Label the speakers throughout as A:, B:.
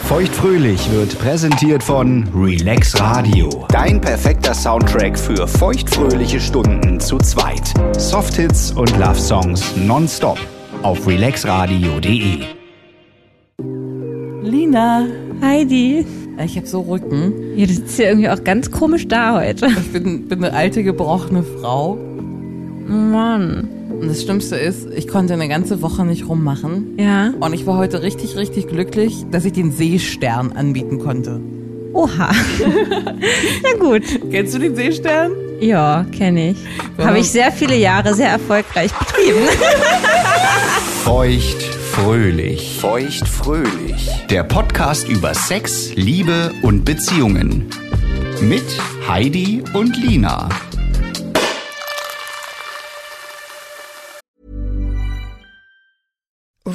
A: Feuchtfröhlich wird präsentiert von Relax Radio. Dein perfekter Soundtrack für feuchtfröhliche Stunden zu zweit. Softhits und Love Songs nonstop auf relaxradio.de.
B: Lina,
C: Heidi,
B: ich habe so Rücken.
C: ja, du sitzt ja irgendwie auch ganz komisch da heute.
B: Ich bin, bin eine alte, gebrochene Frau.
C: Mann.
B: Und das Schlimmste ist, ich konnte eine ganze Woche nicht rummachen.
C: Ja.
B: Und ich war heute richtig, richtig glücklich, dass ich den Seestern anbieten konnte.
C: Oha. Na gut.
B: Kennst du den Seestern?
C: Ja, kenne ich. Habe ich sehr viele Jahre sehr erfolgreich betrieben.
A: Feuchtfröhlich. Feuchtfröhlich. Der Podcast über Sex, Liebe und Beziehungen. Mit Heidi und Lina.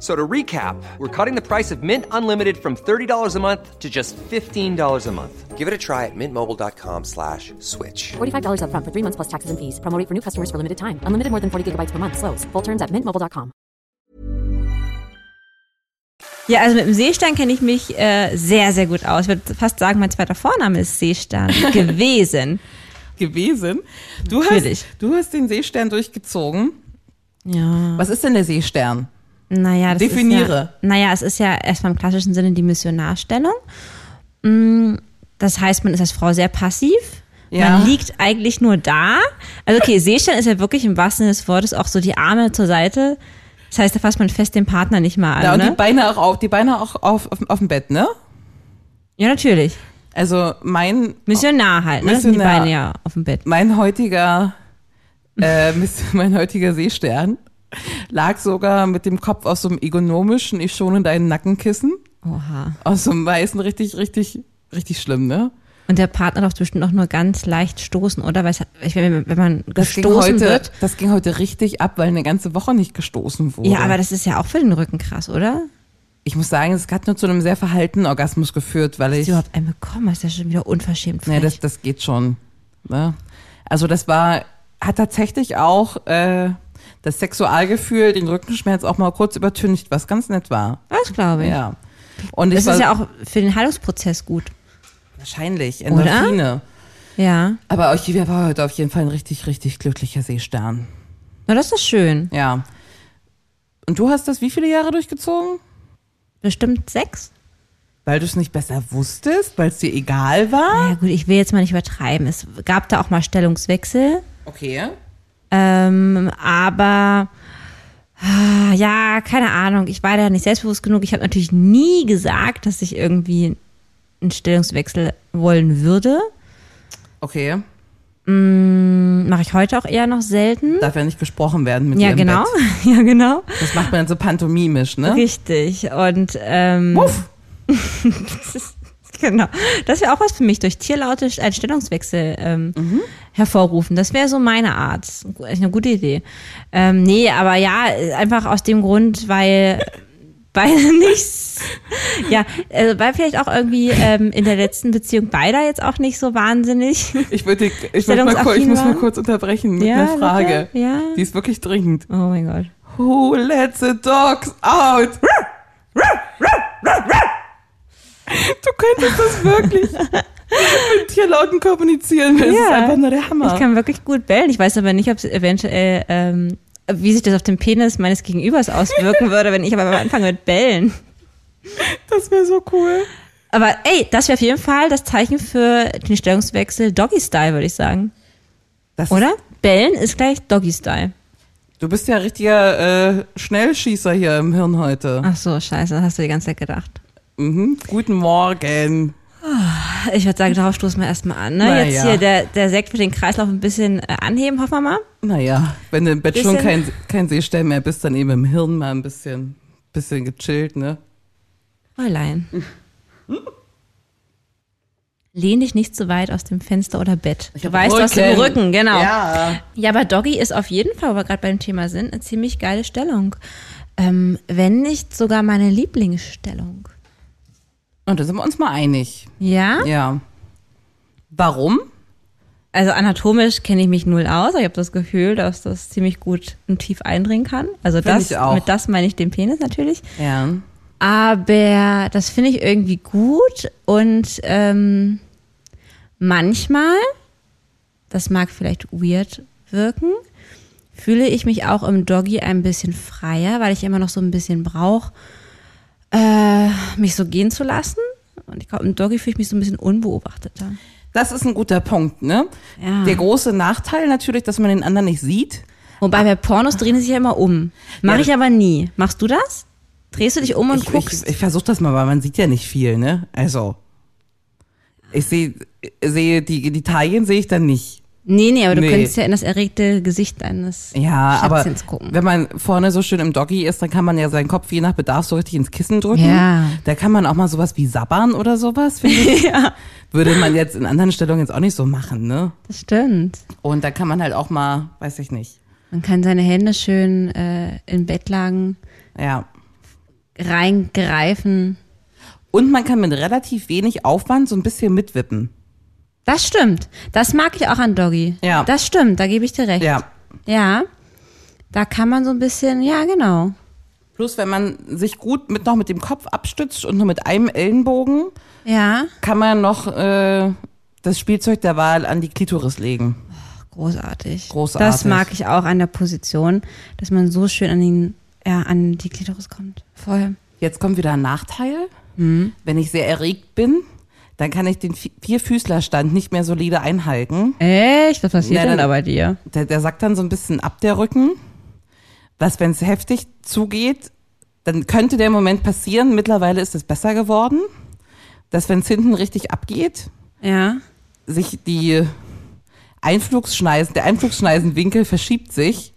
D: So to recap, we're cutting the price of Mint Unlimited from $30 a month to just $15 a month. Give it a try at mintmobile.com slash switch.
E: $45 up front for three months plus taxes and fees. Promo rate for new customers for limited time. Unlimited more than 40 gigabytes per month. Slows. Full terms at mintmobile.com.
C: Ja, also mit dem Seestern kenne ich mich äh, sehr, sehr gut aus. Ich würde fast sagen, mein zweiter Vorname ist Seestern gewesen.
B: Gewesen. Du
C: Natürlich.
B: hast, du hast den Seestern durchgezogen.
C: Ja.
B: Was ist denn der Seestern?
C: Naja, das
B: Definiere.
C: Ist ja, naja, es ist ja erstmal im klassischen Sinne die Missionarstellung. Mm, Das heißt, man ist als Frau sehr passiv.
B: Ja.
C: Man liegt eigentlich nur da. Also okay, Seestern ist ja wirklich im wahrsten Sinne des Wortes auch so die Arme zur Seite. Das heißt, da fasst man fest den Partner nicht mal an.
B: Ja, und die
C: ne?
B: Beine auch auf, die Beine auch auf, auf, auf dem Bett, ne?
C: ja natürlich.
B: Also mein
C: Missionar halt. Ne? Das sind die
B: Missionar.
C: Beine ja auf dem Bett.
B: mein heutiger, äh, Mist- mein heutiger Seestern lag sogar mit dem Kopf auf so einem ergonomischen, ich schone deinen Nackenkissen,
C: Oha.
B: aus so einem weißen, richtig, richtig, richtig schlimm, ne?
C: Und der Partner darf bestimmt auch nur ganz leicht stoßen, oder? Weil es, ich meine, wenn man
B: Das ging,
C: gestoßen
B: heute,
C: wird.
B: das ging heute richtig ab, weil eine ganze Woche nicht gestoßen wurde.
C: Ja, aber das ist ja auch für den Rücken krass, oder?
B: ich muss sagen, es hat nur zu einem sehr verhaltenen Orgasmus geführt, weil
C: Dass
B: ich,
C: du überhaupt einen bekommen hast, ist ja schon wieder unverschämt.
B: ne,
C: frech.
B: das, das geht schon. Ne? Also das war, hat tatsächlich auch äh, das Sexualgefühl, den Rückenschmerz auch mal kurz übertüncht, was ganz nett war.
C: Das glaube ich.
B: Ja. Und ich
C: Das
B: war
C: ist ja auch für den Heilungsprozess gut.
B: wahrscheinlich
C: Oder?
B: Endorphine.
C: Ja.
B: Aber Olivia war heute auf jeden Fall ein richtig, richtig glücklicher Seestern.
C: Na, das ist schön.
B: Ja. Und du hast das wie viele Jahre durchgezogen?
C: Bestimmt sechs?
B: Weil du es nicht besser wusstest, weil es dir egal war?
C: Ja gut, ich will jetzt mal nicht übertreiben. Es gab da auch mal Stellungswechsel.
B: Okay.
C: Ähm, aber ah, ja, keine Ahnung. Ich war da nicht selbstbewusst genug. Ich habe natürlich nie gesagt, dass ich irgendwie einen Stellungswechsel wollen würde.
B: Okay.
C: Mache ich heute auch eher noch selten.
B: Darf ja nicht gesprochen werden mit dir
C: Ja,
B: im
C: genau.
B: Bett.
C: Ja, genau.
B: Das macht man dann so pantomimisch, ne?
C: Richtig. Und ähm,
B: Wuff.
C: das ist, genau. Das wäre auch was für mich, durch Tierlaute einen Stellungswechsel ähm, hervorrufen. Das wäre so meine Art. Echt eine gute Idee. Ähm, nee, aber ja, einfach aus dem Grund, weil weil nichts. Ja, also weil vielleicht auch irgendwie ähm, in der letzten Beziehung beider jetzt auch nicht so wahnsinnig.
B: Ich, würde, ich, würd mal, kurz- ich
C: Stellungsaffin
B: muss mal
C: waren?
B: kurz unterbrechen mit
C: Ja,
B: einer Frage.
C: bitte? Ja.
B: Die ist wirklich dringend.
C: Oh mein Gott.
B: Who let the dogs out? Du könntest das wirklich mit Tierlauten kommunizieren. Das ist einfach nur der Hammer.
C: Ich kann wirklich gut bellen. Ich weiß aber nicht, ob es eventuell, ähm, wie sich das auf den Penis meines Gegenübers auswirken würde, wenn ich aber am Anfang mit bellen.
B: das wäre so cool.
C: Aber ey, das wäre auf jeden Fall das Zeichen für den Stellungswechsel Doggy Style, würde ich sagen.
B: Das
C: Oder? Bellen ist gleich Doggy Style.
B: Du bist ja richtiger äh, Schnellschießer hier im Hirn heute.
C: Ach so, scheiße, das hast du die ganze Zeit gedacht.
B: Mhm. Guten Morgen.
C: Ich würde sagen, darauf stoßen wir erstmal an. Ne?
B: Na
C: Jetzt
B: ja.
C: hier der, der Sekt wird den Kreislauf ein bisschen äh, anheben, hoffen wir mal.
B: Naja, wenn du im Bett schon
C: Bisschen-
B: kein, kein Seestern mehr bist, dann eben im Hirn mal ein bisschen, bisschen gechillt, ne?
C: Fräulein.
B: Hm.
C: Lehn dich nicht zu weit aus dem Fenster oder Bett. Du weißt, du hast im Rücken, genau.
B: Ja.
C: Ja, aber Doggy ist auf jeden Fall, wo wir gerade beim Thema sind, eine ziemlich geile Stellung. Ähm, wenn nicht sogar meine Lieblingsstellung.
B: Und da sind wir uns mal einig.
C: Ja?
B: Ja. Warum?
C: Also anatomisch kenne ich mich null aus, aber ich habe das Gefühl, dass das ziemlich gut und tief eindringen kann. Also
B: Finde
C: das,
B: ich auch.
C: mit das meine ich den Penis natürlich.
B: Ja.
C: Aber das finde ich irgendwie gut und ähm, manchmal, das mag vielleicht weird wirken, fühle ich mich auch im Doggy ein bisschen freier, weil ich immer noch so ein bisschen brauche, äh, mich so gehen zu lassen. Und ich glaube, im Doggy fühle ich mich so ein bisschen unbeobachteter.
B: Das ist ein guter Punkt, ne?
C: Ja.
B: Der große Nachteil natürlich, dass man den anderen nicht sieht.
C: Wobei bei Pornos drehen sie sich ja immer um. Mache
B: Ja,
C: ich aber nie. Machst du das? Drehst du dich um und
B: ich
C: guckst?
B: ich, ich versuche das mal, weil man sieht ja nicht viel, ne? Also. Ich sehe, sehe die, die Italien sehe ich dann nicht.
C: nee, nee, aber du
B: Nee.
C: könntest ja in das erregte Gesicht eines
B: Ja, aber
C: Schätzchens gucken.
B: wenn man vorne so schön im Doggy ist, dann kann man ja seinen Kopf je nach Bedarf so richtig ins Kissen drücken.
C: Ja.
B: Da kann man auch mal sowas wie sabbern oder sowas, finde ich.
C: ja,
B: Würde man jetzt in anderen Stellungen jetzt auch nicht so machen, ne?
C: das stimmt.
B: Und da kann man halt auch mal, weiß ich nicht.
C: Man kann seine Hände schön äh, in Bettlagen
B: Ja.
C: reingreifen.
B: Und man kann mit relativ wenig Aufwand so ein bisschen mitwippen.
C: Das stimmt. Das mag ich auch an Doggy.
B: Ja.
C: Das stimmt, da gebe ich dir recht.
B: Ja.
C: Ja. Da kann man so ein bisschen, ja, genau.
B: Plus, wenn man sich gut mit noch mit dem Kopf abstützt und nur mit einem Ellenbogen,
C: Ja.
B: kann man noch äh, das Spielzeug der Wahl an die Klitoris legen.
C: Großartig.
B: Großartig.
C: Das mag ich auch an der Position, dass man so schön an den, ja, an die Klitoris kommt. Voll.
B: Jetzt kommt wieder ein Nachteil. Wenn ich sehr erregt bin, dann kann ich den Vi- Vierfüßlerstand nicht mehr solide einhalten.
C: Echt? Was passiert
B: Ja,
C: denn
B: dann-
C: da bei dir?
B: Der, der sackt dann so ein bisschen ab, der Rücken. Was, wenn es heftig zugeht, dann könnte der Moment passieren. Mittlerweile ist es besser geworden. Dass, wenn es hinten richtig abgeht,
C: Ja.
B: sich die Einflugsschneisen, der Einflugsschneisenwinkel verschiebt sich.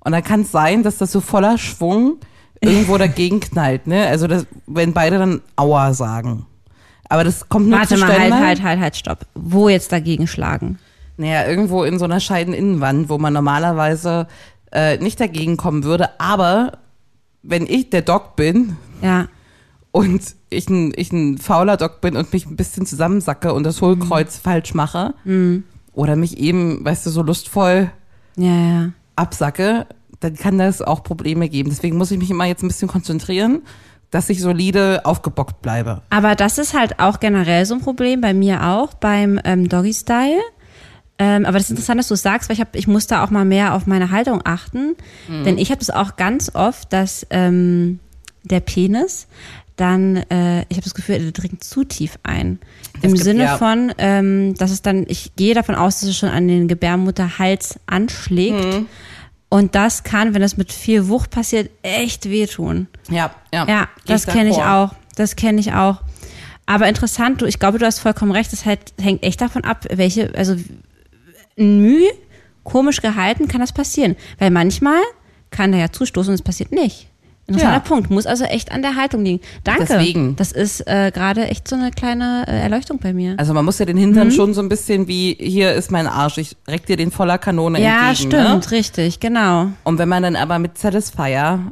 B: Und dann kann es sein, dass das so voller Schwung irgendwo dagegen knallt, ne? Also, das, wenn beide dann Aua sagen. Aber das kommt nur
C: Warte
B: zu
C: mal, halt,
B: Stellungen-
C: halt, halt, halt, stopp. Wo jetzt dagegen schlagen?
B: Naja, irgendwo in so einer Scheideninnenwand, wo man normalerweise äh, nicht dagegen kommen würde. Aber wenn ich der Doc bin
C: Ja.
B: und ich ein, ich ein fauler Doc bin und mich ein bisschen zusammensacke und das
C: Mhm.
B: Hohlkreuz falsch mache oder mich eben, weißt du, so lustvoll
C: Ja, ja.
B: absacke, dann kann das auch Probleme geben. Deswegen muss ich mich immer jetzt ein bisschen konzentrieren, dass ich solide aufgebockt bleibe.
C: Aber das ist halt auch generell so ein Problem, bei mir auch, beim ähm, Doggy-Style. Ähm, aber das ist interessant, dass du es sagst, weil ich, hab, ich muss da auch mal mehr auf meine Haltung achten.
B: Mhm.
C: Denn ich habe das auch ganz oft, dass ähm, der Penis dann, äh, ich habe das Gefühl, der dringt zu tief ein. Im
B: gibt-
C: Sinne
B: ja.
C: von, ähm, dass es dann, ich gehe davon aus, dass es schon an den Gebärmutterhals anschlägt.
B: Mhm.
C: Und das kann, wenn das mit viel Wucht passiert, echt wehtun.
B: Ja, ja.
C: Ja,
B: Gehe
C: das kenne ich
B: d'accord.
C: auch. Das kenne ich auch. Aber interessant, du, ich glaube, du hast vollkommen recht. Das halt, hängt echt davon ab, welche, also ein Mühe komisch gehalten kann das passieren. Weil manchmal kann der ja zustoßen und es passiert nicht. Interessanter
B: Ja.
C: Punkt. Muss also echt an der Haltung liegen. Danke.
B: Deswegen.
C: Das ist äh, gerade echt so eine kleine äh, Erleuchtung bei mir.
B: Also man muss ja den
C: Mhm.
B: Hintern schon so ein bisschen wie, hier ist mein Arsch, ich reck dir den voller Kanone
C: ja,
B: entgegen.
C: stimmt,
B: Ne?
C: richtig, genau.
B: Und wenn man dann aber mit Satisfier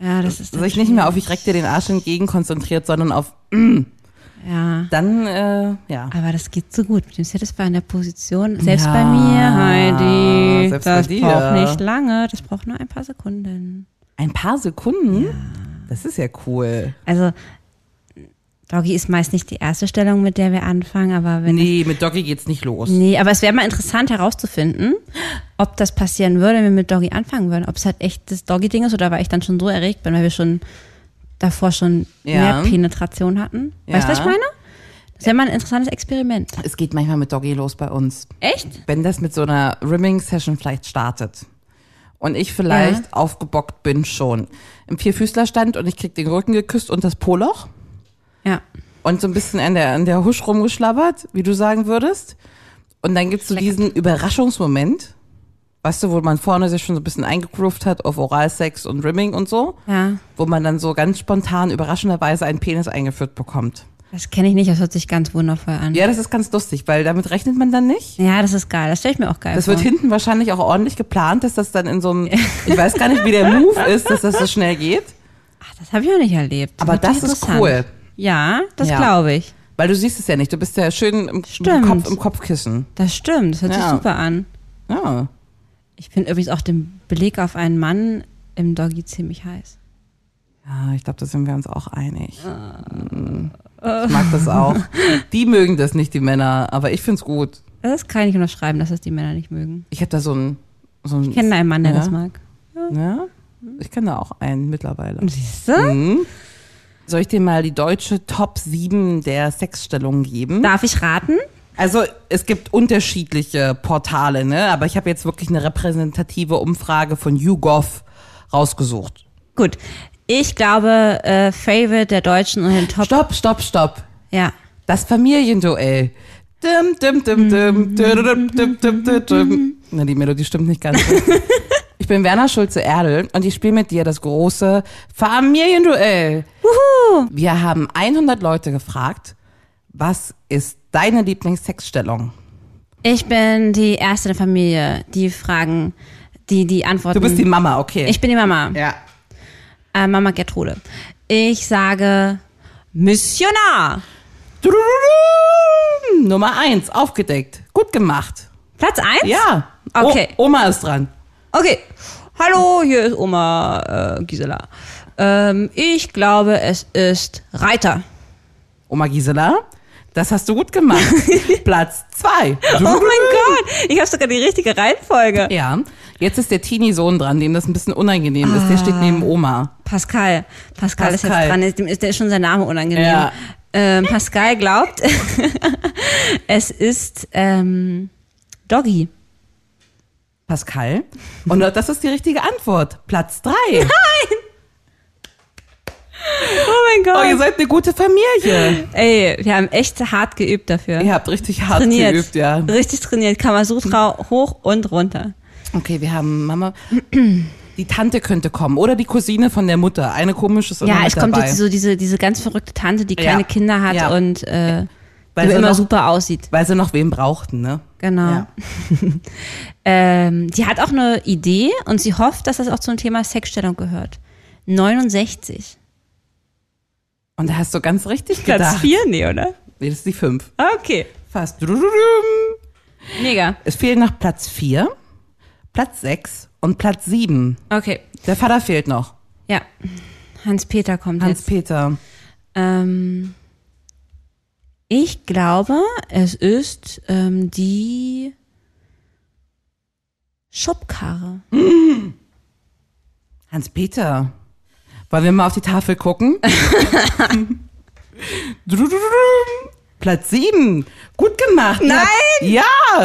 C: Ja, das
B: sich
C: ist dann
B: nicht mehr auf
C: schwierig.
B: Also, ich reck dir den Arsch entgegen konzentriert, sondern auf
C: Ja.
B: dann, äh, ja.
C: Aber das geht so gut mit dem Satisfy in der Position. Selbst
B: Ja,
C: bei mir, Heidi.
B: selbst
C: das
B: bei dir.
C: braucht nicht lange, das braucht nur ein paar Sekunden.
B: Ein paar Sekunden? Das ist ja cool.
C: Also Doggy ist meist nicht die erste Stellung, mit der wir anfangen, aber wenn.
B: Nee, mit Doggy geht's nicht los.
C: Nee, aber es wäre mal interessant herauszufinden, ob das passieren würde, wenn wir mit Doggy anfangen würden. Ob es halt echt das Doggy-Ding ist oder weil ich dann schon so erregt bin, weil wir schon davor schon
B: Ja.
C: mehr Penetration hatten. Weißt du, was ich
B: Ja.
C: meine? Das wäre mal ein interessantes Experiment.
B: Es geht manchmal mit Doggy los bei uns.
C: Echt?
B: Wenn das mit so einer Rimming-Session vielleicht startet und ich vielleicht aufgebockt bin schon im Vierfüßlerstand und ich krieg den Rücken geküsst und das Poloch
C: Ja.
B: und so ein bisschen an der, an der Husch rumgeschlabbert, wie du sagen würdest. Und dann gibt's so diesen Überraschungsmoment, weißt du, wo man vorne sich schon so ein bisschen eingegroovt hat auf Oralsex und Rimming und so,
C: Ja.
B: wo man dann so ganz spontan überraschenderweise einen Penis eingeführt bekommt.
C: Das kenne ich nicht, das hört sich ganz wundervoll an.
B: Ja, das ist ganz lustig, weil damit rechnet man dann nicht.
C: Ja, das ist geil. Das stelle ich mir auch geil
B: Das
C: vor.
B: wird hinten wahrscheinlich auch ordentlich geplant, dass das dann in so einem, ich weiß gar nicht, wie der Move ist, dass das so schnell geht.
C: Ach, das habe ich noch nicht erlebt.
B: Aber
C: wird
B: das ist
C: interessant.
B: cool.
C: Ja, das
B: Ja.
C: glaube ich.
B: Weil du siehst es ja nicht, du bist ja schön im, im,
C: Stimmt.
B: Kopf, im Kopfkissen.
C: Das stimmt, das hört
B: Ja.
C: sich super an.
B: Ja.
C: Ich finde übrigens auch den Blick auf einen Mann im Doggy ziemlich heiß.
B: ja, ich glaube, da sind wir uns auch einig.
C: Ah.
B: Ich mag das auch. Die mögen das nicht, die Männer, aber ich find's gut.
C: Das kann ich unterschreiben, dass das die Männer nicht mögen.
B: Ich habe da so ein... So ein
C: Ich kenne einen Mann, der
B: Ja.
C: das mag.
B: Ja? Ich kenne da auch einen mittlerweile.
C: Siehst du?
B: Mhm. Soll ich dir mal die deutsche Top 7 der Sexstellungen geben?
C: Darf ich raten?
B: Also es gibt unterschiedliche Portale, ne? Aber ich habe jetzt wirklich eine repräsentative Umfrage von YouGov rausgesucht.
C: Gut. Ich glaube, äh, Favorite der Deutschen und den Top.
B: Stopp, stopp, stopp.
C: Ja.
B: Das Familienduell. Dim, dim, dim,
C: Mhm.
B: dim, dim, dim, dim, dim, dim. Na, die Melodie stimmt nicht ganz. Ich bin Werner Schulze-Erdel und ich spiele mit dir das große Familienduell. Wuhu! Wir haben 100 Leute gefragt, was ist deine Lieblingssexstellung?
C: Ich bin die erste in der Familie, die Fragen, die die
B: Du
C: Antworten.
B: bist die Mama, okay.
C: Mhm. Ich bin die Mama.
B: ja.
C: Äh, Mama Gertrude. Ich sage Missionar.
B: Tudududu. Nummer eins, aufgedeckt. Gut gemacht.
C: Platz eins.
B: Ja.
C: Okay.
B: O Oma ist dran.
C: Okay. Hallo, hier ist Oma äh, Gisela. Ähm, ich glaube, es ist Reiter.
B: Oma Gisela, das hast du gut gemacht. Platz zwei.
C: Oh mein Gott, ich habe sogar die richtige Reihenfolge.
B: Ja. Jetzt ist der Teenie-Sohn dran, dem das ein bisschen unangenehm ist. Der steht
C: Ah.
B: neben Oma.
C: Pascal. Pascal. ist jetzt
B: Pascal.
C: dran. Dem ist, der ist schon sein Name unangenehm.
B: Ja.
C: Ähm, Pascal glaubt, es ist ähm, Doggy.
B: Pascal. Und das ist die richtige Antwort. Platz drei.
C: Oh mein
B: Oh,
C: Gott.
B: ihr seid eine gute Familie.
C: Ey, wir haben echt hart geübt dafür.
B: Ihr habt richtig hart
C: trainiert.
B: geübt, ja.
C: Richtig trainiert. Kamasutra hoch und runter.
B: Okay, wir haben Mama. Die Tante könnte kommen oder die Cousine von der Mutter. Eine komische ist immer
C: ja,
B: mit
C: es kommt
B: dabei.
C: jetzt so diese, diese ganz verrückte Tante, die
B: Ja.
C: kleine Kinder hat
B: Ja.
C: und äh,
B: Weil
C: die
B: sie
C: immer
B: noch-
C: super aussieht.
B: Weil sie noch wen brauchten, ne?
C: Genau.
B: Ja.
C: ähm, die hat auch eine Idee und sie hofft, dass das auch zum Thema Sexstellung gehört. 69.
B: Und da hast du ganz richtig gedacht.
C: vier, nee, oder? Ah,
B: Nee, das ist die fünf.
C: Okay.
B: Fast. Drududum.
C: Mega.
B: Es fehlen noch Platz vier, Platz sechs und Platz sieben.
C: Okay.
B: Der Vater fehlt noch.
C: Ja. Hans-Peter kommt jetzt.
B: Hans-Peter.
C: Ähm, ich glaube, es ist ähm, die Schubkarre.
B: Hans-Peter. Wollen wir mal auf die Tafel gucken? Drududum. Platz sieben. Gut gemacht. Ihr habt- Ja!
C: Oh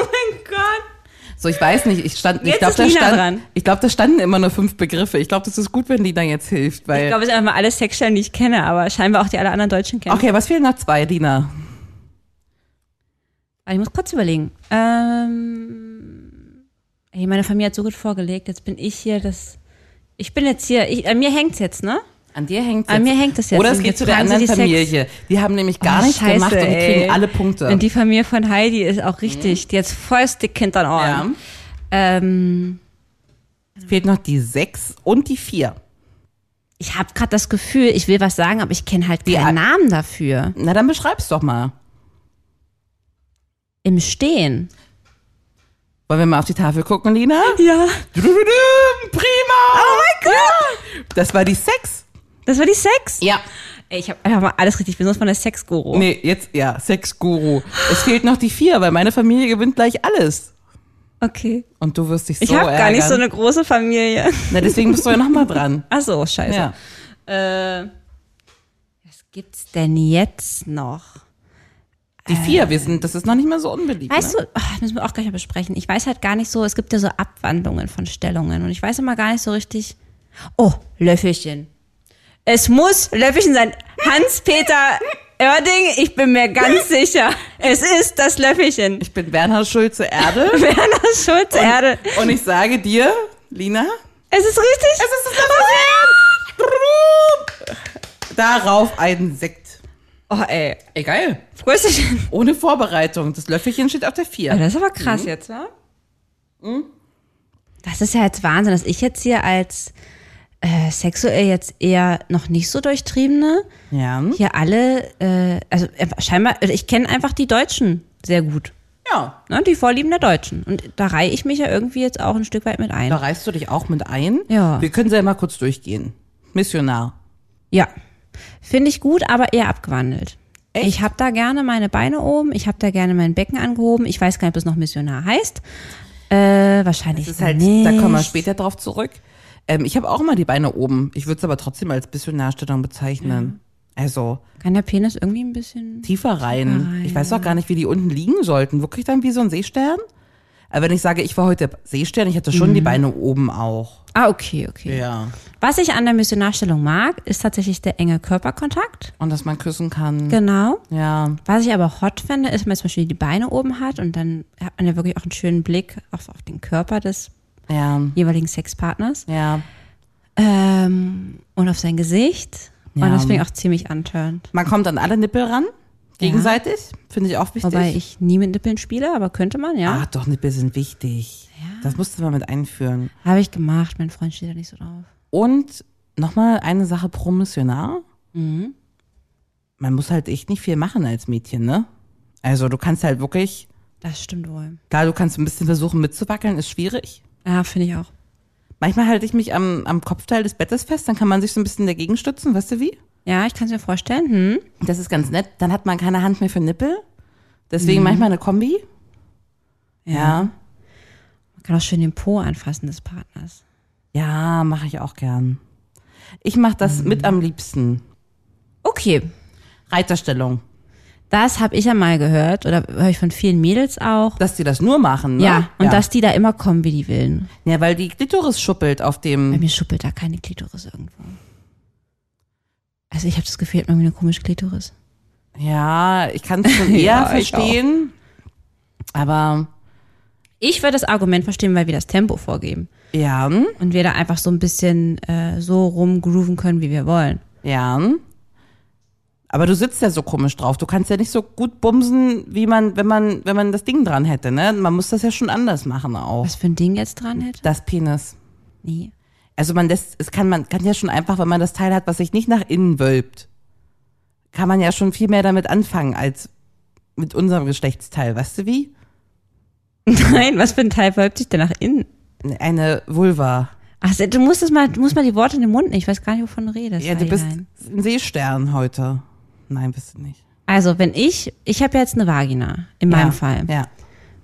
C: mein Gott.
B: So, ich weiß nicht, ich stand, ich
C: Jetzt
B: glaube,
C: ist
B: da,
C: Lina
B: stand,
C: dran.
B: ich glaub, da standen immer nur fünf Begriffe. Ich glaube, das ist gut, wenn Lina jetzt hilft, weil.
C: Ich glaube, es sind einfach alle Sexstellen, die ich kenne, aber scheinbar auch die alle anderen Deutschen kennen.
B: okay, was fehlen noch zwei, Lina?
C: Aber ich muss kurz überlegen. Ähm, ey, meine Familie hat so gut vorgelegt, jetzt bin ich hier das. Ich bin jetzt hier, ich, an mir hängt's jetzt, ne?
B: An dir hängt
C: An mir hängt es jetzt.
B: Oder es
C: Und
B: geht
C: jetzt
B: zu der
C: fragen sie
B: anderen
C: die Sex-
B: Familie. Die haben nämlich gar
C: Oh,
B: nichts
C: Scheiße,
B: gemacht und die
C: ey.
B: kriegen alle Punkte. Mhm.
C: Und die Familie von Heidi ist auch richtig. Die hat voll dick hinter den
B: ja.
C: Ohren. Ähm,
B: Fehlt noch die sechs und die vier.
C: ich habe gerade das Gefühl, ich will was sagen, aber ich kenne halt
B: Die
C: keinen
B: Al-
C: Namen dafür.
B: Na, dann beschreib's doch mal.
C: Im Stehen.
B: Wollen wir mal auf die Tafel gucken, Lina?
C: Ja.
B: Drududum, Prima! Oh mein Gott! Das war die sechs.
C: Das war die Sex.
B: Ja.
C: Ey, ich habe einfach mal alles richtig benutzt von der Sexguru.
B: Nee, jetzt, ja, Sexguru. Es fehlt noch die vier, weil meine Familie gewinnt gleich alles.
C: Okay.
B: Und du wirst dich so
C: Ich habe gar nicht so
B: ärgern.
C: eine große Familie.
B: Na, deswegen bist du ja nochmal dran.
C: Ach so, scheiße.
B: Ja.
C: Äh, was gibt's denn jetzt noch?
B: Die vier, wir sind, das ist noch nicht mehr so unbeliebt.
C: Äh. Weißt
B: ne?
C: du, ach, das müssen wir auch gleich mal besprechen. Ich weiß halt gar nicht so, es gibt ja so Abwandlungen von Stellungen und ich weiß immer gar nicht so richtig. Oh, Löffelchen. Es muss Löffelchen sein. Hans-Peter Oerding, ich bin mir ganz sicher. Es ist das Löffelchen.
B: Ich bin Werner Schulze Erde
C: Werner Schulz, Erde.
B: und ich sage dir, Lina,
C: Es ist richtig. Es ist das Löffelchen.
B: darauf einen Sekt.
C: Oh, ey.
B: Egal.
C: Prösterchen.
B: Ohne Vorbereitung. Das Löffelchen steht auf der vier.
C: Das ist aber krass jetzt, ne? Mhm. Das ist ja jetzt Wahnsinn, dass ich jetzt hier als äh, sexuell jetzt eher noch nicht so durchtriebene
B: Ja.
C: hier alle, äh, also äh, scheinbar, ich kenne einfach die Deutschen sehr gut.
B: Ja.
C: Ne? Die Vorlieben der Deutschen. Und da reihe ich mich ja irgendwie jetzt auch ein Stück weit mit
B: Da
C: ein.
B: reißt du dich auch mit ein.
C: Ja.
B: Wir können sie ja mal kurz durchgehen. Missionar.
C: Ja. Finde ich gut, aber eher abgewandelt.
B: Echt?
C: Ich habe da gerne meine Beine oben, ich habe da gerne mein Becken angehoben. Ich weiß gar nicht, ob das noch Missionar heißt. Äh, wahrscheinlich.
B: Das ist halt,
C: nicht.
B: da kommen wir später drauf zurück. Ähm, ich habe auch mal die Beine oben. Ich würde es aber trotzdem als Missionarstellung bezeichnen. Also
C: Kann der Penis irgendwie ein bisschen.
B: tiefer rein. Ich weiß auch gar nicht, wie die unten liegen sollten. Wirklich dann wie so ein Seestern? Aber wenn ich sage, ich war heute Seestern, ich hatte
C: Mhm.
B: schon die Beine oben auch.
C: Ah, okay, okay.
B: Ja.
C: Was ich an der Missionarstellung mag, ist tatsächlich der enge Körperkontakt.
B: Und dass man küssen kann.
C: Genau.
B: Ja.
C: Was ich aber hot finde, ist, wenn man zum Beispiel die Beine oben hat und dann hat man ja wirklich auch einen schönen Blick auf, auf den Körper des
B: Ja.
C: jeweiligen Sexpartners
B: Ja.
C: ähm, und auf sein Gesicht.
B: Ja.
C: Und das finde ich auch ziemlich antörend.
B: Man kommt an alle Nippel ran. Gegenseitig. Finde ich auch wichtig.
C: Wobei ich nie mit Nippeln spiele, aber könnte man, ja.
B: Ach doch, Nippel sind wichtig. Das musste man mit einführen.
C: Habe ich gemacht, mein Freund steht da nicht so drauf.
B: Und nochmal eine Sache pro Missionar. Mhm. Man muss halt echt nicht viel machen als Mädchen, ne? Also du kannst halt wirklich,
C: Das stimmt wohl.
B: klar, du kannst ein bisschen versuchen mitzuwackeln, ist schwierig.
C: Ja, finde ich auch.
B: Manchmal halte ich mich am, am Kopfteil des Bettes fest, dann kann man sich so ein bisschen dagegen stützen, weißt du wie?
C: Ja, ich kann es mir vorstellen. Hm.
B: Das ist ganz nett. Dann hat man keine Hand mehr für Nippel. Deswegen manchmal eine Kombi. Mhm. Ja.
C: Man kann auch schön den Po anfassen des Partners.
B: Ja, mache ich auch gern. Ich mache das mit am liebsten.
C: Mhm. Okay,
B: Reiterstellung.
C: das habe ich ja mal gehört oder höre ich von vielen Mädels auch.
B: Dass die das nur machen, ne?
C: Ja, und dass die da immer kommen wie die Willen.
B: Ja, weil die Klitoris schuppelt auf
C: Bei
B: dem.
C: mir schuppelt da keine Klitoris irgendwo. Also ich habe das Gefühl, ich habe irgendwie eine komische Klitoris.
B: Ja, ich kann es schon eher
C: Ja, ich
B: verstehen. Aber
C: Ich würde das Argument verstehen, weil wir das Tempo vorgeben.
B: ja,
C: Und wir da einfach so ein bisschen äh, so rumgrooven können, wie wir wollen.
B: ja. Aber du sitzt ja so komisch drauf. Du kannst ja nicht so gut bumsen, wie man, wenn man, wenn man das Ding dran hätte, ne? Man muss das ja schon anders machen auch.
C: Was für ein Ding jetzt dran hätte?
B: Das Penis.
C: Nee.
B: Also man lässt, es kann man kann ja schon einfach, wenn man das Teil hat, was sich nicht nach innen wölbt, kann man ja schon viel mehr damit anfangen als mit unserem Geschlechtsteil, weißt du wie?
C: Nein, was für ein Teil wölbt sich denn nach innen?
B: Eine Vulva.
C: Ach, du musst das mal, du musst mal die Worte in den Mund nehmen. Ich weiß gar nicht, wovon du redest.
B: ja, du bist
C: Heilein.
B: ein Seestern heute. Nein, bist du nicht.
C: Also, wenn ich, ich habe jetzt eine Vagina, in meinem
B: ja,
C: Fall.
B: Ja,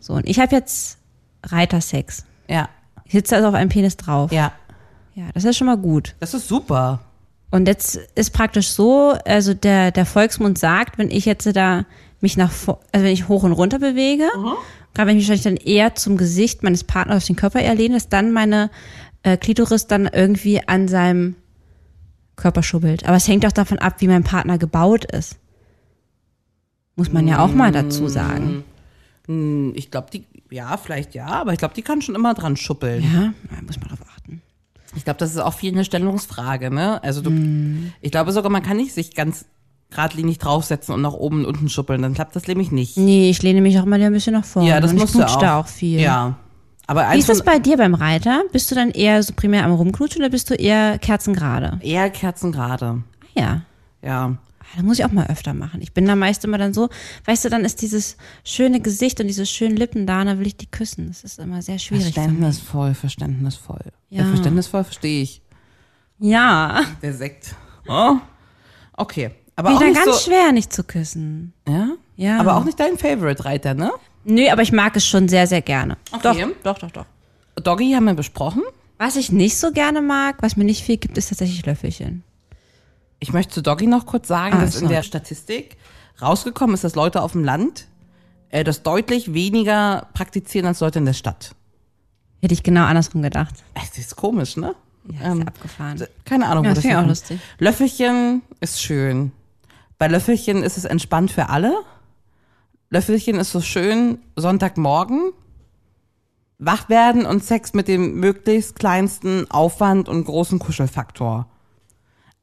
C: So, und ich habe jetzt Reitersex.
B: ja,
C: Ich sitze also auf einem Penis drauf.
B: ja.
C: Ja, das ist schon mal gut.
B: Das ist super.
C: Und jetzt ist praktisch so, also der, der Volksmund sagt, wenn ich jetzt da mich nach, vor- also wenn ich hoch und runter bewege, gerade wenn ich mich dann eher zum Gesicht meines Partners auf den Körper erlehne, dass dann meine äh, Klitoris dann irgendwie an seinem Körper schubbelt. Aber es hängt auch davon ab, wie mein Partner gebaut ist. Muss man ja auch mal dazu sagen.
B: Hm, Ich glaube, die, ja, vielleicht ja, aber ich glaube, die kann schon immer dran schuppeln.
C: Ja, da muss man drauf achten.
B: Ich glaube, das ist auch viel eine Stellungsfrage, ne? Also du,
C: Mhm.
B: ich glaube sogar, man kann nicht sich ganz geradlinig draufsetzen und nach oben und unten schuppeln. Dann klappt das nämlich nicht.
C: Nee, ich lehne mich auch mal ein bisschen nach vorne.
B: Ja, das
C: und ich
B: musst du
C: knutsch
B: auch.
C: da auch viel.
B: Ja. Aber
C: Wie
B: eins
C: ist das
B: von
C: bei dir beim Reiter? Bist du dann eher so primär am Rumknutschen oder bist du eher kerzengerade?
B: eher kerzengerade.
C: Ah ja.
B: Ja.
C: Ah, Das muss ich auch mal öfter machen. Ich bin da meist immer dann so, weißt du, dann ist dieses schöne Gesicht und diese schönen Lippen da und dann will ich die küssen. Das ist immer sehr schwierig. für mich.
B: Verständnisvoll, verständnisvoll. Ja.
C: Ja.
B: verständnisvoll verstehe ich.
C: Ja.
B: Der Sekt. Oh. Okay. Aber auch
C: Wieder
B: nicht
C: ganz
B: so,
C: schwer, nicht zu küssen.
B: ja?
C: Ja.
B: Aber auch nicht dein Favorite-Reiter, ne?
C: Nö, aber ich mag es schon sehr, sehr gerne.
B: Okay.
C: Doch, doch, doch, doch.
B: Doggy haben wir besprochen.
C: Was ich nicht so gerne mag, was mir nicht viel gibt, ist tatsächlich Löffelchen.
B: Ich möchte zu Doggy noch kurz sagen,
C: Ah,
B: dass in
C: so.
B: der Statistik rausgekommen ist, dass Leute auf dem Land äh, das deutlich weniger praktizieren als Leute in der Stadt.
C: Hätte ich genau andersrum gedacht.
B: Es ist komisch, ne?
C: Ja, ist ja abgefahren.
B: Keine Ahnung,
C: Ja,
B: wo das
C: das find ich auch
B: herkommt.
C: lustig.
B: Löffelchen ist schön. Bei Löffelchen ist es entspannt für alle. Löffelchen ist so schön Sonntagmorgen. Wach werden und Sex mit dem möglichst kleinsten Aufwand und großen Kuschelfaktor.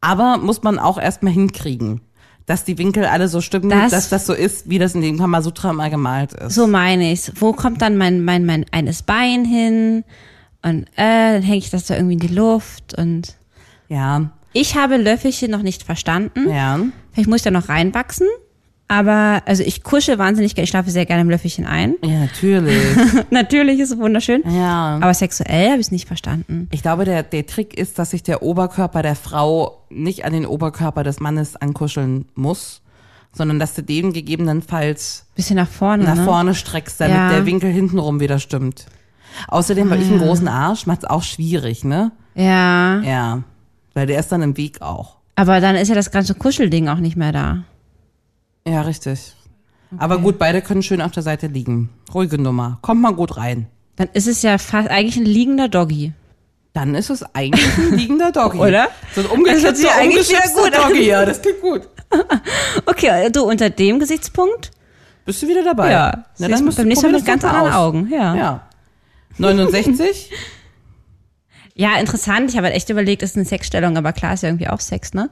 B: Aber muss man auch erstmal hinkriegen, dass die Winkel alle so stimmen,
C: Das-
B: dass das so ist, wie das in dem Kamasutra mal gemalt ist.
C: So meine ich's. Wo kommt dann mein, mein, mein eines Bein hin? Und äh, dann hänge ich das da irgendwie in die Luft. Und
B: Ja,
C: ich habe Löffelchen noch nicht verstanden.
B: ja.
C: Vielleicht muss ich da noch reinwachsen. Aber also ich kuschel wahnsinnig gerne. Ich schlafe sehr gerne im Löffelchen ein.
B: Ja, natürlich.
C: Natürlich ist es wunderschön.
B: ja.
C: Aber sexuell habe ich es nicht verstanden.
B: Ich glaube, der, der Trick ist, dass sich der Oberkörper der Frau nicht an den Oberkörper des Mannes ankuscheln muss, sondern dass du den gegebenenfalls
C: Bisschen nach vorne.
B: nach
C: ne?
B: vorne streckst, damit
C: Ja. Ah.
B: der Winkel hintenrum wieder stimmt. Außerdem, weil ich einen großen Arsch, macht's auch schwierig, ne?
C: Ja.
B: Ja. Weil der ist dann im Weg auch.
C: Aber dann ist ja das ganze Kuschelding auch nicht mehr da.
B: Ja, richtig. Aber gut, beide können schön auf der Seite liegen. Ruhige Nummer. Kommt mal gut rein.
C: Dann ist es ja fast eigentlich ein liegender Doggy.
B: Dann ist es eigentlich ein liegender Doggy.
C: Oder?
B: So ein
C: Das hört sich
B: umgeschützter,
C: eigentlich wieder
B: umgeschützter
C: gut an.
B: Doggy. Ja, das klingt gut.
C: Okay, äh, du unter dem Gesichtspunkt?
B: Bist du wieder dabei? Na,
C: Na,
B: dann
C: beim nächsten Mal mit ganz anderen Augen. Ja. ja.
B: Ja. 69?
C: interessant. Ich habe halt echt überlegt, ist eine Sexstellung, aber klar ist ja irgendwie auch Sex, ne?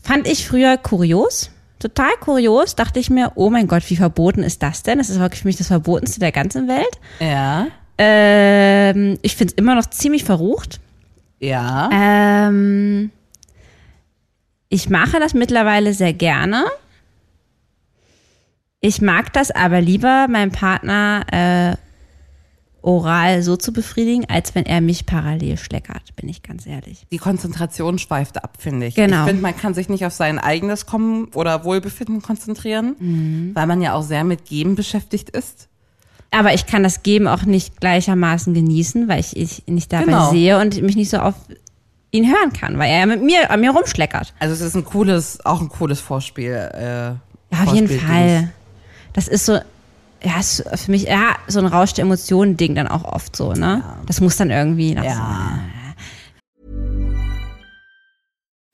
C: Fand ich früher kurios. Total kurios. Dachte ich mir, oh mein Gott, wie verboten ist das denn? Das ist wirklich für mich das Verbotenste der ganzen Welt.
B: ja.
C: Ähm, ich finde es immer noch ziemlich verrucht.
B: Ja.
C: Ähm, ich mache das mittlerweile sehr gerne. Ich mag das aber lieber, meinen Partner äh, oral so zu befriedigen, als wenn er mich parallel schleckert, bin ich ganz ehrlich.
B: Die Konzentration schweift ab, finde ich.
C: Genau.
B: Ich finde, man kann sich nicht auf sein eigenes Kommen oder Wohlbefinden konzentrieren,
C: Mhm.
B: weil man ja auch sehr mit Geben beschäftigt ist.
C: Aber ich kann das Geben auch nicht gleichermaßen genießen, weil ich, ich ihn nicht dabei
B: Genau.
C: sehe und mich nicht so auf ihn hören kann, weil er ja mit mir an mir rumschleckert.
B: Also es ist ein cooles, auch ein cooles Vorspiel. Äh,
C: Ja, auf jeden
B: Vorspiel-Dings.
C: Fall. Das ist so, ja, ist für mich, ja, so ein Rausch der Emotionen-Ding dann auch oft so, ne? Das muss dann irgendwie nach
B: Ja.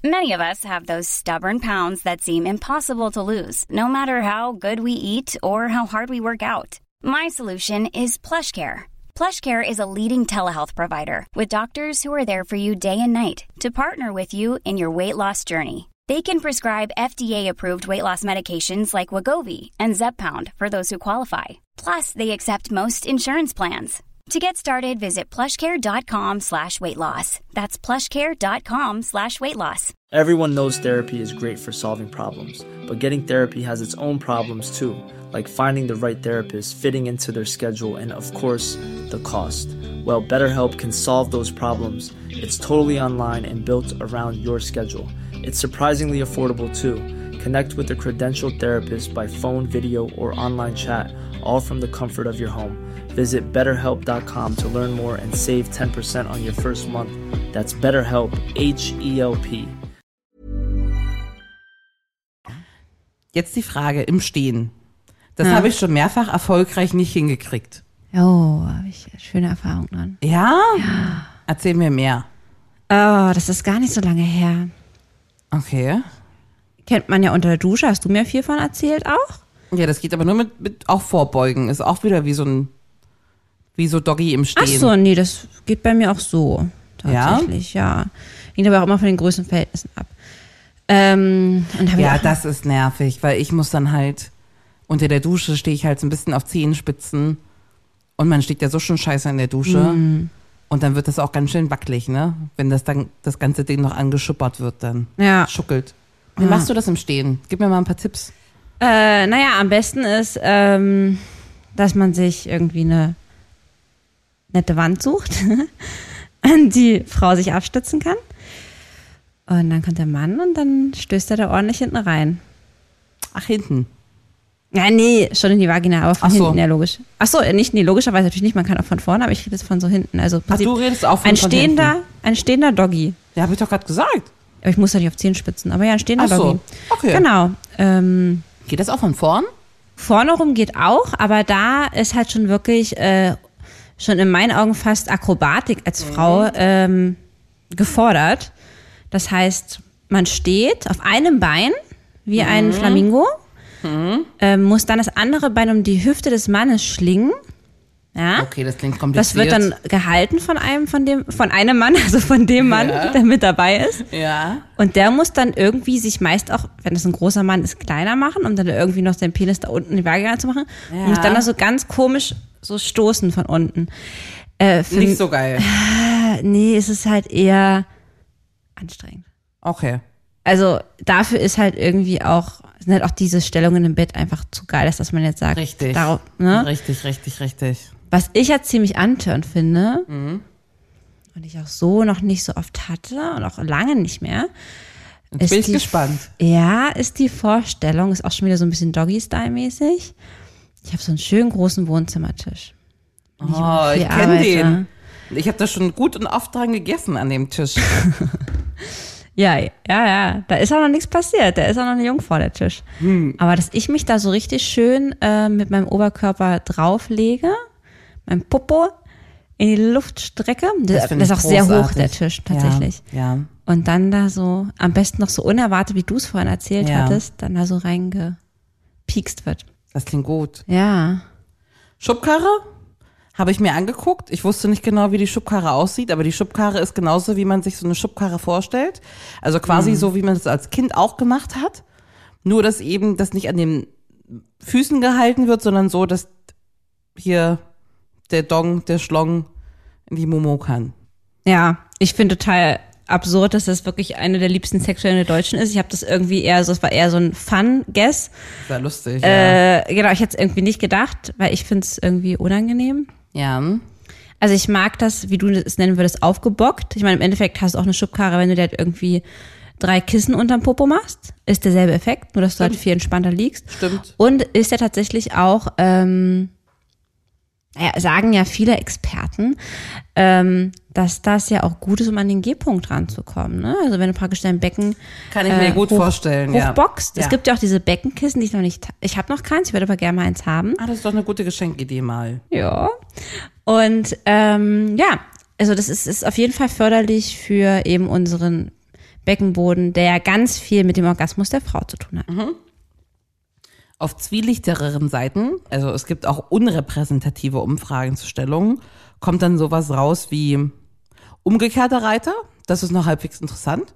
F: Many of us have those stubborn pounds that seem impossible to lose, no matter how good we eat or how hard we work out. My solution is PlushCare. PlushCare is a leading telehealth provider with doctors who are there for you day and night to partner with you in your weight loss journey. They can prescribe FDA-approved weight loss medications like Wagovi and Zepbound for those who qualify. Plus, they accept most insurance plans. To get started, visit plushcare.com slash weight loss. That's plushcare.com slash weight loss.
G: Everyone knows therapy is great for solving problems, but getting therapy has its own problems too, like finding the right therapist, fitting into their schedule, and of course, the cost. Well, BetterHelp can solve those problems. It's totally online and built around your schedule. It's surprisingly affordable too. Connect with a credentialed therapist by phone, video, or online chat, all from the comfort of your home. Visit betterhelp.com to learn more and save 10% on your first month. That's BetterHelp, H E L P.
B: Jetzt die Frage im Stehen. Das habe ich schon mehrfach erfolgreich nicht hingekriegt.
C: vorne. Oh, habe ich schöne Erfahrung dran.
B: Ja? ja. Erzähl mir mehr.
C: Oh, das ist gar nicht so lange her.
B: Okay.
C: Kennt man ja unter der Dusche, hast du mir viel von erzählt auch?
B: Ja, das geht aber nur mit, mit auch Vorbeugen. Ist auch wieder wie so ein wie so Doggy im Stehen.
C: Ach so, nee, das geht bei mir auch so. Tatsächlich, ja. Hängt aber auch immer von den Größenverhältnissen ab. Ähm, und habe ich
B: Ja,
C: auch-
B: das ist nervig, weil ich muss dann halt unter der Dusche stehe ich halt so ein bisschen auf Zehenspitzen und man steht ja so schon scheiße in der Dusche und dann wird das auch ganz schön wackelig, ne? Wenn das dann das ganze Ding noch angeschuppert wird dann.
C: Ja.
B: Schuckelt. Wie machst du das im Stehen? Gib mir mal ein paar Tipps.
C: Äh, naja, am besten ist, ähm, dass man sich irgendwie eine nette Wand sucht, an die Frau sich abstützen kann. Und dann kommt der Mann und dann stößt er da ordentlich hinten rein.
B: Ach, hinten.
C: Ja, nee, schon in die Vagina, aber von
B: Ach so.
C: hinten, ja, logisch. Ach so, äh, nicht, nee, logischerweise natürlich nicht, man kann auch von vorne, aber ich rede jetzt von so hinten. Also, im
B: Ach, du
C: Prinzip
B: redest auch von
C: ein
B: von
C: stehender,
B: hinten.
C: ein stehender Doggy.
B: Ja, habe ich doch gerade gesagt.
C: Aber ich muss ja nicht auf Zehenspitzen, aber ja, ein stehender
B: Ach so,
C: Doggy.
B: okay.
C: Genau. Ähm,
B: Geht das auch von vorn?
C: vorne rum geht auch, aber da ist halt schon wirklich, äh, schon in meinen Augen fast Akrobatik als Frau ähm, gefordert. Das heißt, man steht auf einem Bein wie ein Flamingo, ähm, muss dann das andere Bein um die Hüfte des Mannes schlingen. Ja.
B: Okay, das klingt
C: Das
B: kompliziert.
C: wird dann gehalten von einem, von dem, von einem Mann, also von dem Mann, der mit dabei ist.
B: Ja.
C: Und der muss dann irgendwie sich meist auch, wenn es ein großer Mann ist, kleiner machen, um dann irgendwie noch seinen Penis da unten in die Vagina zu machen. Und muss dann da so ganz komisch so stoßen von unten. Äh, für
B: Nicht so geil.
C: mich- nee, es ist halt eher anstrengend.
B: Okay.
C: Also dafür ist halt irgendwie auch, sind halt auch diese Stellungen im Bett einfach zu geil, dass, dass man jetzt sagt,
B: Richtig.
C: Darauf, ne?
B: Richtig, richtig, richtig.
C: Was ich ja ziemlich antörend finde
B: Mhm.
C: und ich auch so noch nicht so oft hatte und auch lange nicht mehr,
B: Jetzt bin ich gespannt.
C: Ja, ist die Vorstellung, ist auch schon wieder so ein bisschen Doggy-Style-mäßig. Ich habe so einen schönen großen Wohnzimmertisch.
B: Oh,
C: viel
B: ich kenne
C: Arbeit,
B: den. Ich habe da schon gut und oft dran gegessen an dem Tisch.
C: Ja, ja, ja. Da ist auch noch nichts passiert. Da ist auch noch eine Jungfrau der Tisch.
B: Hm.
C: Aber dass ich mich da so richtig schön äh, mit meinem Oberkörper drauflege, mein Popo in die Luft strecke, das, das,
B: finde
C: ist
B: ich
C: auch sehr hoch
B: großartig.
C: der Tisch tatsächlich.
B: Ja. ja.
C: Und dann da so, am besten noch so unerwartet, wie du es vorhin erzählt
B: Ja.
C: hattest, dann da so reingepiekst wird.
B: Das klingt gut.
C: Ja.
B: Schubkarre habe ich mir angeguckt. Ich wusste nicht genau, wie die Schubkarre aussieht, aber die Schubkarre ist genauso, wie man sich so eine Schubkarre vorstellt. Also
C: Mhm.
B: quasi so, wie man es als Kind auch gemacht hat. Nur, dass eben das nicht an den Füßen gehalten wird, sondern so, dass hier der Dong, der Schlong in die Momo kann.
C: Ja, ich finde total absurd, dass das wirklich eine der liebsten Sexuellen der Deutschen ist. Ich habe das irgendwie eher so, es war eher so ein Fun-Guess.
B: Ist ja lustig.
C: Äh, genau, ich hätte es irgendwie nicht gedacht, weil ich finde es irgendwie unangenehm.
B: ja. ja.
C: Also ich mag das, wie du es nennen würdest, aufgebockt. Ich meine, im Endeffekt hast du auch eine Schubkarre, wenn du dir halt irgendwie drei Kissen unterm Popo machst. Ist derselbe Effekt, nur dass du halt viel entspannter liegst.
B: Stimmt.
C: Und ist ja tatsächlich auch, ähm, naja, sagen ja viele Experten, ähm, dass das ja auch gut ist, um an den G-Punkt ranzukommen. Ne? Also wenn du praktisch dein Becken
B: Kann ich mir gut vorstellen, ja.
C: hochboxt.
B: Ja.
C: Es gibt ja auch diese Beckenkissen, die ich noch nicht, ich habe noch keins, ich würde aber gerne mal eins haben.
B: Ah, das ist doch eine gute Geschenkidee mal.
C: Ja. Und ähm, ja, also das ist, ist auf jeden Fall förderlich für eben unseren Beckenboden, der ja ganz viel mit dem Orgasmus der Frau zu tun hat.
B: Auf zwielichtereren Seiten, also es gibt auch unrepräsentative Umfragen zu Stellungen, kommt dann sowas raus wie umgekehrter Reiter. Das ist noch halbwegs interessant.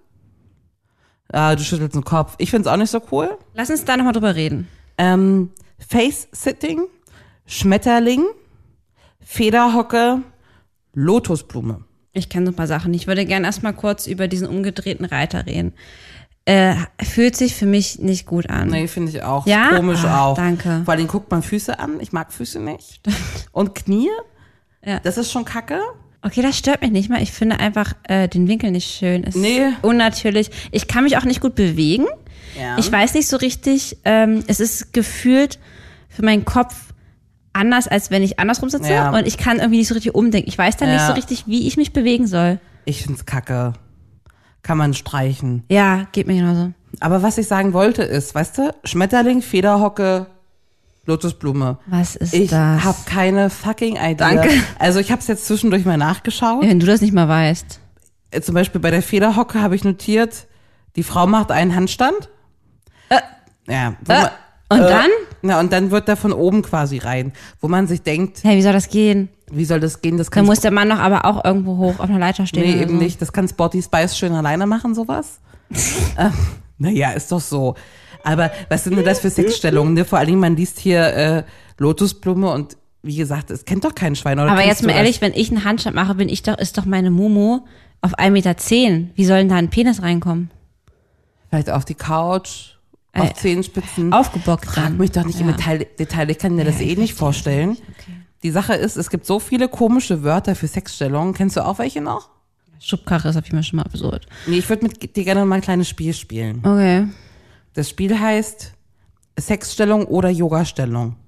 B: Ah, du schüttelst den Kopf. Ich find's auch nicht so cool.
C: Lass uns da nochmal drüber reden.
B: Ähm, Face-Sitting, Schmetterling, Federhocke, Lotusblume.
C: Ich kenne so ein paar Sachen. Ich würde gerne erstmal kurz über diesen umgedrehten Reiter reden. Äh, fühlt sich für mich nicht gut an.
B: Nee, finde ich auch.
C: Ja?
B: Komisch
C: Ah,
B: auch.
C: danke.
B: Vor allem guckt man Füße an. Ich mag Füße nicht. Und Knie.
C: Ja.
B: Das ist schon kacke.
C: Okay, das stört mich nicht mal. Ich finde einfach äh, den Winkel nicht schön. Ist
B: Nee.
C: unnatürlich. Ich kann mich auch nicht gut bewegen.
B: Ja.
C: Ich weiß nicht so richtig. Ähm, es ist gefühlt für meinen Kopf anders, als wenn ich andersrum sitze.
B: Ja.
C: Und ich kann irgendwie nicht so richtig umdenken. Ich weiß dann nicht
B: Ja.
C: so richtig, wie ich mich bewegen soll.
B: Ich find's kacke. Kann man streichen.
C: Ja, geht mir genauso.
B: Aber was ich sagen wollte ist, weißt du, Schmetterling, Federhocke, Lotusblume.
C: Was ist
B: Ich
C: das?
B: hab keine fucking Idee.
C: Danke.
B: Also ich hab's jetzt zwischendurch mal nachgeschaut.
C: Wenn du das nicht mal weißt.
B: Äh, Zum Beispiel bei der Federhocke habe ich notiert, die Frau macht einen Handstand. Ja. wo
C: Äh,
B: man-
C: und dann?
B: Na, und dann wird da von oben quasi rein, wo man sich denkt,
C: Hey, wie soll das gehen?
B: wie soll das gehen? Das
C: Dann
B: kann's-
C: muss also der Mann doch aber auch irgendwo hoch auf einer Leiter stehen.
B: Nee,
C: oder
B: eben
C: so.
B: nicht. Das kann Sporty Spice schön alleine machen, sowas. ähm, naja, ist doch so. Aber was sind denn das für Sexstellungen? Ne? Vor allen Dingen, man liest hier äh, Lotusblume und wie gesagt, es kennt doch kein Schwein. Oder
C: Aber
B: kennst
C: jetzt
B: du
C: mal
B: das?
C: ehrlich, wenn ich einen Handstand mache, bin ich doch, ist doch meine Mumu auf 1,10 Meter. Wie soll denn da ein Penis reinkommen?
B: Vielleicht auf die Couch, auf
C: Äh,
B: Zehenspitzen.
C: aufgebockt
B: Frag
C: dann.
B: mich doch nicht im
C: Ja.
B: Detail, Detail. Ich kann mir das eh nicht vorstellen. Die Sache ist, es gibt so viele komische Wörter für Sexstellungen. Kennst du auch welche noch?
C: Schubkarre ist auf jeden Fall schon mal absurd.
B: Nee, ich würde mit dir gerne mal ein kleines Spiel spielen.
C: Okay.
B: Das Spiel heißt Sexstellung oder Yogastellung.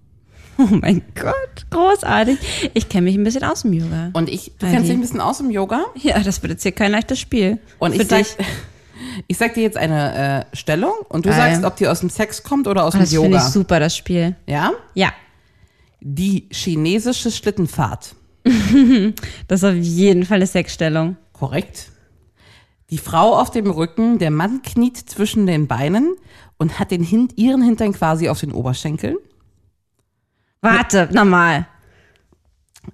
C: Oh mein Gott, großartig. Ich kenne mich ein bisschen aus dem Yoga.
B: Und ich, du
C: Ah,
B: kennst
C: die-
B: dich ein bisschen aus im Yoga.
C: Ja, das wird jetzt hier kein leichtes Spiel.
B: Und
C: Für
B: ich sag,
C: dich.
B: ich sag dir jetzt eine äh, Stellung und du
C: Geil.
B: sagst, ob die aus dem Sex kommt oder aus
C: Oh,
B: dem
C: das finde ich
B: Yoga.
C: super, das Spiel.
B: Ja?
C: Ja,
B: Die chinesische Schlittenfahrt.
C: das ist auf jeden Fall eine Sexstellung.
B: Korrekt. Die Frau auf dem Rücken, der Mann kniet zwischen den Beinen und hat den Hin ihren Hintern quasi auf den Oberschenkeln.
C: Warte, nochmal.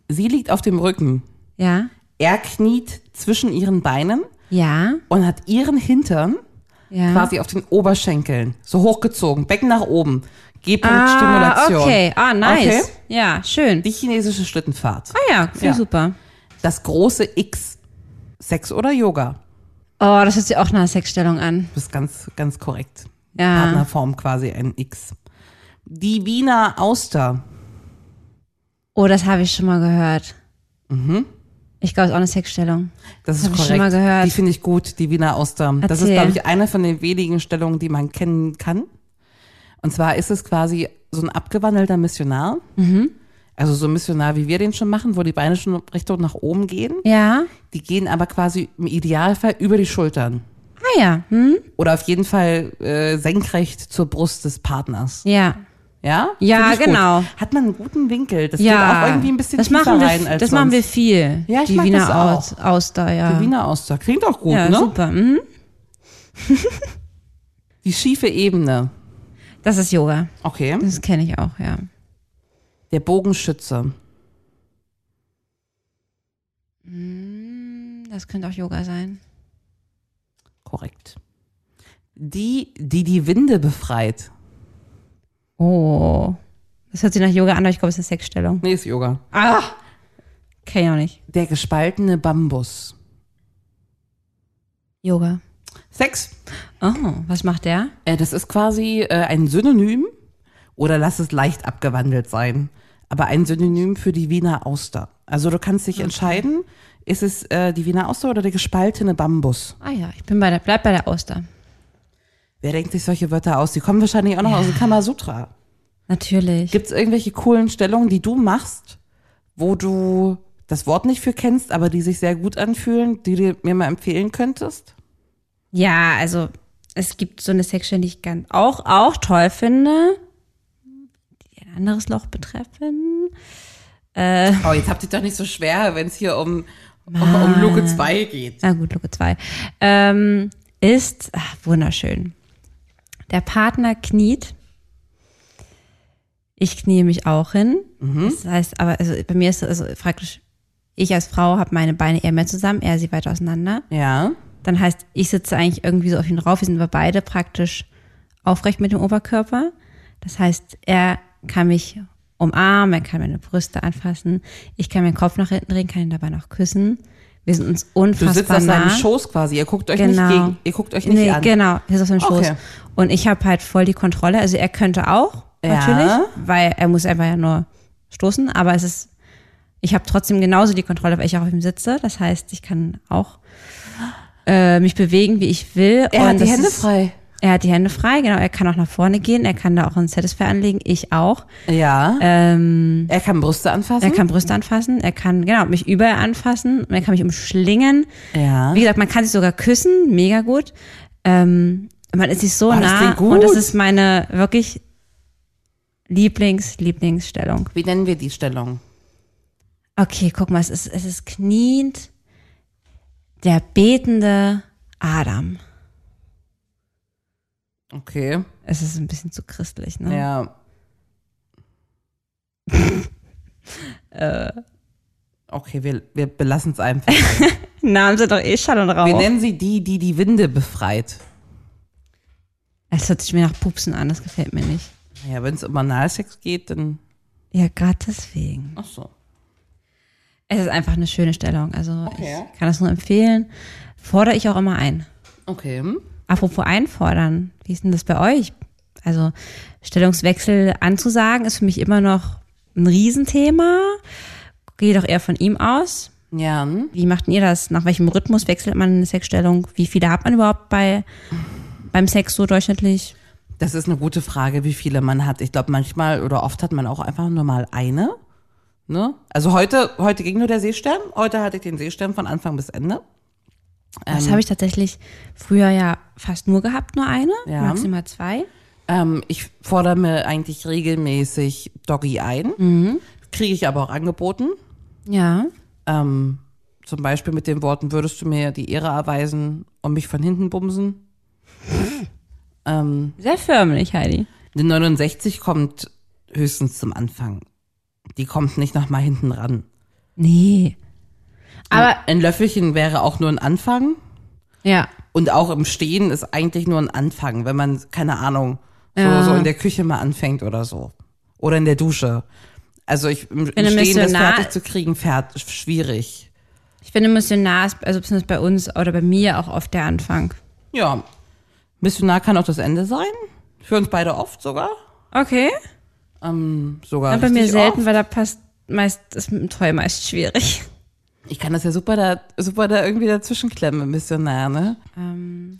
B: Sie liegt auf dem Rücken.
C: Ja,
B: Er kniet zwischen ihren Beinen
C: ja,
B: und hat ihren Hintern
C: ja.
B: quasi auf den Oberschenkeln. So hochgezogen, Becken nach oben.
C: ah,
B: G-Punkt-Stimulation.
C: okay. Ah, nice.
B: Okay.
C: Ja, schön.
B: Die chinesische Schlittenfahrt.
C: Ah ja, viel
B: Ja.
C: super.
B: Das große X. Sex oder Yoga?
C: Oh, das hört sich auch nach einer Sexstellung an.
B: Das ist ganz, ganz korrekt.
C: Ja.
B: Partnerform quasi ein X. Die Wiener Auster.
C: Oh, das habe ich schon mal gehört. Mhm. Ich glaube, es ist auch eine Sexstellung.
B: Das ist
C: Hab ich
B: korrekt.
C: schon mal gehört.
B: Die finde ich gut, die Wiener Auster. Das ist,
C: Erzähl.
B: glaube ich, eine von den wenigen Stellungen, die man kennen kann. Und zwar ist es quasi so ein abgewandelter Missionar.
C: Mhm.
B: Also so ein Missionar, wie wir den schon machen, wo die Beine schon Richtung nach oben gehen.
C: Ja?
B: Die gehen aber quasi im Idealfall über die Schultern.
C: Ah ja. Hm?
B: Oder auf jeden Fall äh, senkrecht zur Brust des Partners.
C: Ja.
B: Ja?
C: Ja,
B: Finde ich
C: genau.
B: Gut. Hat man einen guten Winkel. Das
C: ja.
B: geht auch irgendwie ein bisschen
C: das
B: tiefer
C: machen wir,
B: rein als
C: Das machen wir
B: sonst.
C: viel.
B: Ja, ich
C: Die
B: mag
C: Wiener
B: das auch.
C: Aus, Auster, ja.
B: Die Wiener Auster. Klingt auch gut,
C: ja,
B: ne?
C: super. Mhm.
B: Die schiefe Ebene.
C: Das ist Yoga.
B: Okay.
C: Das kenne ich auch, ja.
B: Der Bogenschütze.
C: Das könnte auch Yoga sein.
B: Korrekt. Die, die die Winde befreit.
C: Oh. Das hört sich nach Yoga an, aber ich glaube, es ist eine Sexstellung.
B: Nee, ist Yoga.
C: Ah! Kenne ich auch nicht.
B: Der gespaltene Bambus.
C: Yoga.
B: Sex.
C: Oh, was macht der?
B: Äh, das ist quasi äh, ein Synonym oder lass es leicht abgewandelt sein, aber ein Synonym für die Wiener Auster. Also du kannst dich entscheiden, ist es äh, die Wiener Auster oder der gespaltene Bambus?
C: Ah ja, ich bin bei der, bleib bei der Auster.
B: Wer denkt sich solche Wörter aus? Die kommen wahrscheinlich auch noch aus dem Kamasutra.
C: Natürlich.
B: Gibt es irgendwelche coolen Stellungen, die du machst, wo du das Wort nicht für kennst, aber die sich sehr gut anfühlen, die du mir mal empfehlen könntest?
C: Ja, also es gibt so eine Section, die ich ganz auch, auch toll finde, die ein anderes Loch betreffen.
B: Oh, jetzt habt ihr doch nicht so schwer, wenn es hier um, um Luke 2 geht.
C: Na gut, Luke 2. Ähm, ist ach, wunderschön. Der Partner kniet. Ich knie mich auch hin. Das heißt aber, also bei mir ist es also praktisch, ich als Frau habe meine Beine eher mehr zusammen, er sie weiter auseinander.
B: Ja.
C: Dann heißt, ich sitze eigentlich irgendwie so auf ihn rauf. Wir sind aber beide praktisch aufrecht mit dem Oberkörper. Das heißt, er kann mich umarmen, er kann meine Brüste anfassen. Ich kann meinen Kopf nach hinten drehen, kann ihn dabei noch küssen. Wir sind uns
B: Du
C: unfassbar
B: sitzt auf
C: nah.
B: seinem Schoß quasi. Ihr guckt euch
C: Genau.
B: nicht gegen, ihr guckt euch nicht
C: nee,
B: an.
C: genau. Er ist auf seinem Schoß.
B: Okay.
C: Und ich habe halt voll die Kontrolle. Also er könnte auch,
B: Ja.
C: natürlich, weil er muss einfach ja nur stoßen, aber es ist, ich habe trotzdem genauso die Kontrolle, weil ich auch auf ihm sitze. Das heißt, ich kann auch äh, mich bewegen, wie ich will.
B: Er hat die
C: Und das
B: Hände
C: ist,
B: frei.
C: Er hat die Hände frei, genau. Er kann auch nach vorne gehen, er kann da auch einen Satisfier anlegen, ich auch.
B: Ja.
C: Ähm,
B: er kann Brüste anfassen.
C: er kann Brüste anfassen, er kann, genau, mich überall anfassen, er kann mich umschlingen.
B: ja.
C: Wie gesagt, man kann sich sogar küssen, mega gut. Ähm, man ist sich so
B: Oh, das
C: nah
B: klingt gut.
C: und das ist meine wirklich Lieblings, Lieblingsstellung.
B: Wie nennen wir die Stellung?
C: Okay, guck mal, es ist, es ist kniend der betende Adam.
B: Okay.
C: Es ist ein bisschen zu christlich, ne?
B: Ja. Äh. Okay, wir, wir belassen es einfach.
C: Namen sind doch eh Schall und
B: Wir
C: Rauch.
B: nennen sie die, die die Winde befreit.
C: Es hört sich mir nach Pupsen an, das gefällt mir nicht.
B: Naja, wenn es um Analsex geht, dann.
C: Ja, gerade deswegen.
B: Ach so.
C: Es ist einfach eine schöne Stellung, also
B: Okay.
C: ich kann das nur empfehlen. Fordere ich auch immer ein.
B: Okay.
C: Apropos einfordern, wie ist denn das bei euch? Also Stellungswechsel anzusagen ist für mich immer noch ein Riesenthema. Gehe doch eher von ihm aus.
B: Ja. hm?
C: Wie macht denn ihr das? Nach welchem Rhythmus wechselt man eine Sexstellung? Wie viele hat man überhaupt bei, beim Sex so durchschnittlich?
B: Das ist eine gute Frage, wie viele man hat. Ich glaube, manchmal oder oft hat man auch einfach nur mal eine. Ne? Also heute, heute ging nur der Seestern. Heute hatte ich den Seestern von Anfang bis Ende.
C: Das habe ich tatsächlich früher ja fast nur gehabt, nur eine,
B: Ja.
C: maximal zwei.
B: Ähm, ich fordere mir eigentlich regelmäßig Doggy ein. Kriege ich aber auch angeboten.
C: Ja.
B: Ähm, zum Beispiel mit den Worten, würdest du mir die Ehre erweisen und mich von hinten bumsen? ähm,
C: Sehr förmlich, Heidi.
B: die 69 kommt höchstens zum Anfang. Die kommt nicht nochmal hinten ran.
C: Nee. Aber,
B: Ein Löffelchen wäre auch nur ein Anfang.
C: ja.
B: Und auch im Stehen ist eigentlich nur ein Anfang, wenn man, keine Ahnung, so, so in der Küche mal anfängt oder so. Oder in der Dusche. Also ich, im, im
C: einem
B: Stehen das
C: Missionar-
B: fertig zu kriegen, fährt, schwierig.
C: Ich finde Missionar, ist- also zumindest bei uns oder bei mir auch oft der Anfang.
B: Ja. Missionar kann auch das Ende sein. Für uns beide oft sogar.
C: Okay.
B: Ähm, sogar
C: Aber bei mir
B: richtig
C: selten,
B: oft.
C: weil da passt meist, ist mit dem Toy meist schwierig.
B: Ich kann das ja super da, super da irgendwie dazwischen klemmen im Missionar, ne?
C: Ähm.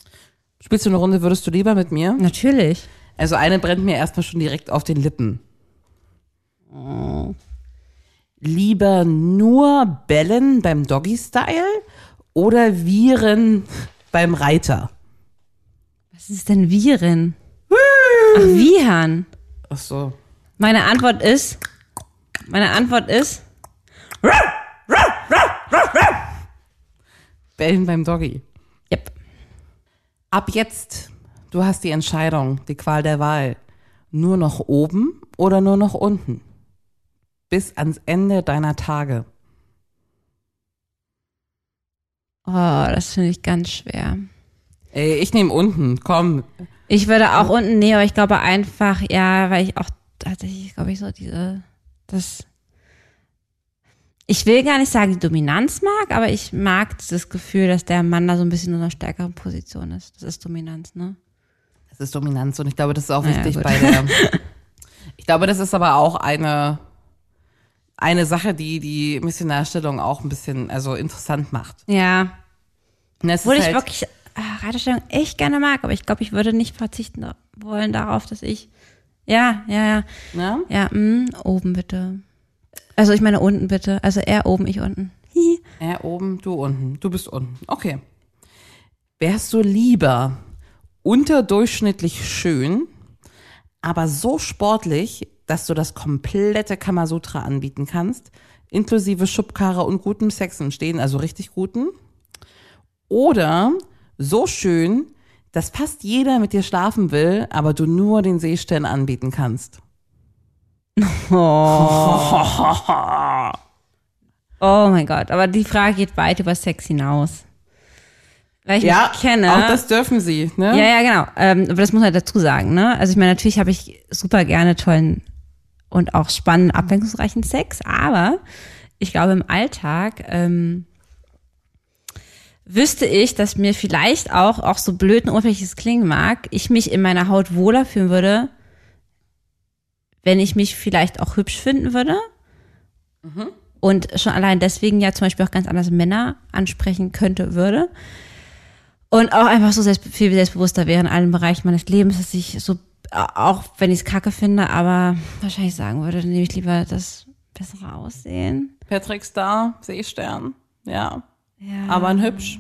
B: Spielst du eine Runde, würdest du lieber mit mir?
C: Natürlich.
B: Also eine brennt mir erstmal schon direkt auf den Lippen. Lieber nur bellen beim Doggy-Style oder viren beim Reiter?
C: Was ist denn Viren? Ach, Viren.
B: Ach so.
C: Meine Antwort ist, meine Antwort ist,
B: Bellen beim Doggy.
C: yep.
B: Ab jetzt, du hast die Entscheidung, die Qual der Wahl. Nur noch oben oder nur noch unten? Bis ans Ende deiner Tage.
C: Oh, das finde ich ganz schwer.
B: Ey, ich nehme unten, komm.
C: Ich würde auch unten, nee, aber ich glaube einfach, ja, weil ich auch tatsächlich, glaube ich, so diese, das, ich will gar nicht sagen, die Dominanz mag, aber ich mag dieses Gefühl, dass der Mann da so ein bisschen in einer stärkeren Position ist. Das ist Dominanz, ne?
B: Das ist Dominanz und ich glaube, das ist auch
C: Naja,
B: wichtig
C: gut.
B: bei der. Ich glaube, das ist aber auch eine, eine Sache, die die Missionarstellung auch ein bisschen also interessant macht.
C: Ja.
B: Und es
C: Obwohl
B: ist
C: ich
B: halt-
C: wirklich äh, Reiterstellung echt gerne mag, aber ich glaube, ich würde nicht verzichten da- wollen darauf, dass ich, ja, ja, ja,
B: Ne?
C: ja, mh, oben bitte. Also ich meine unten bitte, also er oben, ich unten. Hihi.
B: Er oben, du unten. Du bist unten. Okay. Wärst du lieber unterdurchschnittlich schön, aber so sportlich, dass du das komplette Kamasutra anbieten kannst, inklusive Schubkarre und gutem Sex im Stehen, also richtig guten? Oder so schön, dass fast jeder mit dir schlafen will, aber du nur den Seestern anbieten kannst?
C: Oh mein Gott, aber die Frage geht weit über Sex hinaus. Weil ich mich kenne.
B: auch das dürfen sie, ne?
C: ja, ja, genau. Ähm, aber das muss man dazu sagen, ne? Also ich meine, natürlich habe ich super gerne tollen und auch spannenden, abwechslungsreichen Sex, aber ich glaube, im Alltag ähm, wüsste ich, dass mir vielleicht auch, auch so blöd und oberflächlich es klingen mag, ich mich in meiner Haut wohler fühlen würde, wenn ich mich vielleicht auch hübsch finden würde. Und schon allein deswegen ja zum Beispiel auch ganz anders Männer ansprechen könnte, würde. Und auch einfach so selbst, viel selbstbewusster wäre in allen Bereichen meines Lebens, dass ich so, auch wenn ich es kacke finde, aber wahrscheinlich sagen würde, dann nehme ich lieber das bessere Aussehen.
B: Patrick Star, Seestern, ja.
C: Ja,
B: Aber ein hübsch.